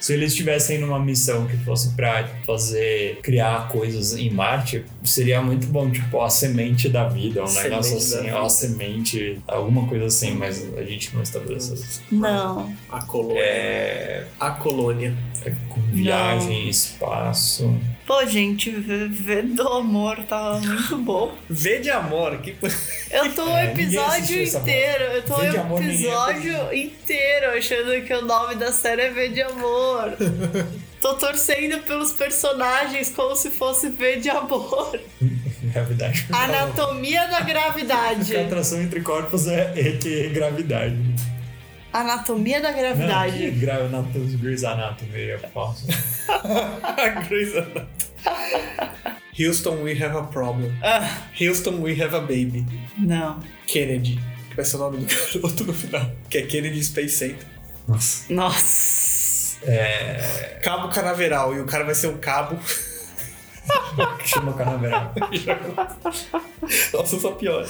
se eles estivessem numa missão que fosse pra fazer. criar coisas em Marte, seria muito bom, tipo, a semente da vida, um Semente negócio da assim, vida. ó, a semente, alguma coisa assim, mas a gente não estabeleceu isso. Não. A colônia. A colônia. É com viagem, espaço. Pô, gente, V V do amor tava muito bom. V de amor, que. Eu tô o É, ninguém episódio assistiu essa inteiro, eu tô o Vê de amor, ninguém episódio inteiro achando que o nome da série é V de Amor. tô torcendo pelos personagens como se fosse V de Amor. Gravidade. Anatomia da gravidade. Que a atração entre corpos é, é que é gravidade. Anatomia da Não, que gravidade. gra... não, os Grey's Anatomy é falso. A Grey's Anatomy. Houston, we have a problem. Ah, Houston, we have a baby. não. Kennedy. Que vai ser o nome do garoto no final. Que é Kennedy Space Center. Nossa. Nossa. Cabo Canaveral. E o cara vai ser um cabo. Chama Canaveral. Nossa, só pior.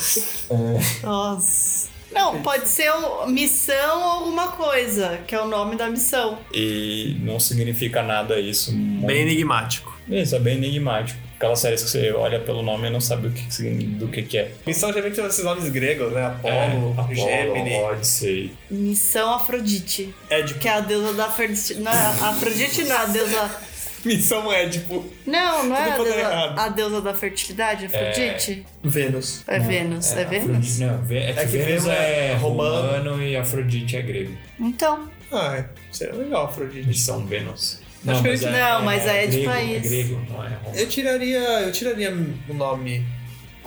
Nossa. Não, pode ser o- missão alguma coisa, que é o nome da missão. E não significa nada isso. Bem enigmático. Isso é bem enigmático. Aquelas séries que você olha pelo nome e não sabe o que, que signi- do que, que é. Missão geralmente são esses nomes gregos, né? Apolo, Apollo, Gemini. Odyssey. Missão Afrodite, Édipo. que é a deusa da Afrodite. Não, a Afrodite não é a deusa. Missão é, tipo, Édipo. Não, não é a Tudo falando deusa, errado. a deusa da fertilidade, Afrodite? Vênus. É, Vênus, é, Vênus? Afrodite- Não, Vê- é que, É que Vênus é romano. romano. e Afrodite é grego. Então, Ah, seria legal, Afrodite. Eles são Vênus. que mas eles- não, mas aí é de grego, país. É grego, não é romano. Eu tiraria. Eu tiraria o nome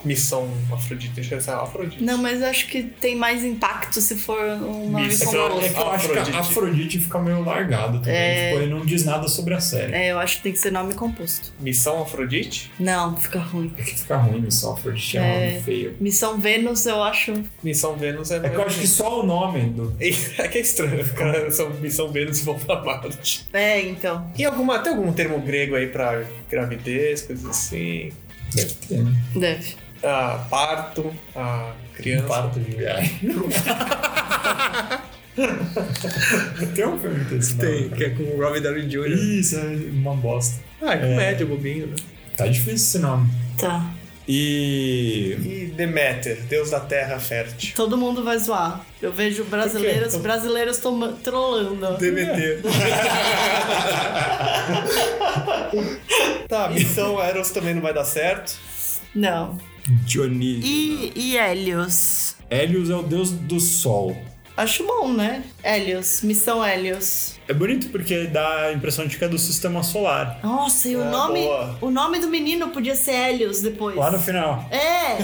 missão Afrodite, deixa eu ser Afrodite. Não, mas eu acho que tem mais impacto se for um nome Isso, como é o É que eu acho que Afrodite. a Afrodite fica meio largado também. É. Tipo, ele não diz nada sobre a série. É, eu acho que tem que ser nome composto. Missão Afrodite? Não, fica ruim. É que fica ruim isso, Afrodite é um É. nome feio. Missão Vênus, eu acho. Missão Vênus é É que eu acho que só o nome do. É que é estranho, cara. São Missão Vênus e vão pra Marte. É, então. E alguma, tem algum termo grego aí pra gravidez, coisas assim? Deve ter, né? Deve. Ah, parto, ah, criança. Um Parto de viagem. Tem um filme que esse nome, cara. que é com o Robert Downey Jr. Isso, é uma bosta. Ah, é comédia, bobinho, né? Tá difícil esse nome. Tá. E. E Deméter, deus da terra fértil. Todo mundo vai zoar. Eu vejo brasileiros, brasileiros toma- trolando. DMT. tá, missão Eros também não vai dar certo. Não. Dionísio. E, e Helios? Hélios é o deus do sol. Acho bom, né? Helios, missão Helios. É bonito porque dá a impressão de que é do sistema solar. Nossa, e o Ah, nome. boa. O nome do menino podia ser Helios depois. Lá no final. É!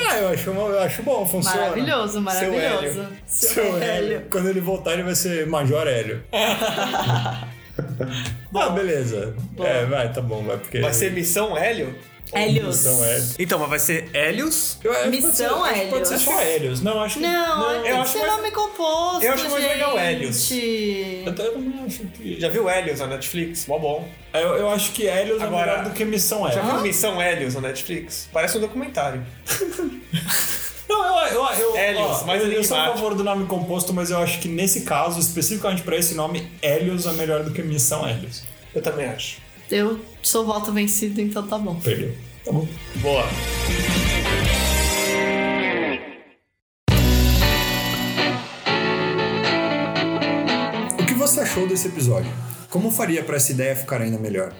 Ah, eu acho, eu acho bom, funciona. Maravilhoso, maravilhoso. Seu Hélio. Quando ele voltar, ele vai ser Major Hélio. ah, beleza. É, vai, tá bom, vai, porque. Vai ser missão Hélio? Helios. Missão Hélio. Então, mas vai ser Helios? Eu acho que pode Missão ser- acho que Pode ser Hélios. só Hélios. Não, acho que. Não, eu tem que acho ser mais- nome composto. eu acho mais legal gente. Eu também acho que. Já viu Helios na Netflix? Mó bom. Eu, eu acho que Hélios Agora- é melhor do que Missão Já Hélios. viu Missão Helios na Netflix? Parece um documentário. Não, eu, eu, eu, Hélios, ó, mais eu, eu sou a enigmático. favor do nome composto, mas eu acho que nesse caso, especificamente pra esse nome, Hélios é melhor do que Missão Hélios. Eu também acho. Eu sou voto vencido, então tá bom. Perdeu. Tá bom. Boa. O que você achou desse episódio? Como faria para essa ideia ficar ainda melhor?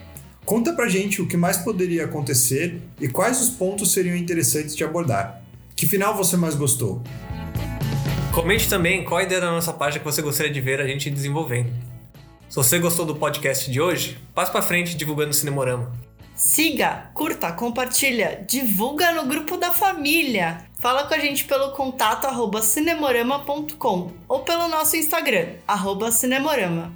Conta pra gente o que mais poderia acontecer e quais os pontos seriam interessantes de abordar. Que final você mais gostou? Comente também qual a ideia da nossa página que você gostaria de ver a gente desenvolvendo. Se você gostou do podcast de hoje, passe pra frente divulgando o Cinemorama. Siga, curta, compartilha, divulga no grupo da família. Fala com a gente pelo contato arroba cinemorama.com ou pelo nosso Instagram, arroba cinemorama.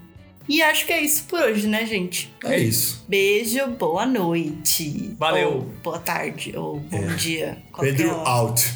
E acho que é isso por hoje, né, gente? É isso. Beijo, boa noite. Valeu. Ou boa tarde, ou bom dia. qualquer Pedro hora. out.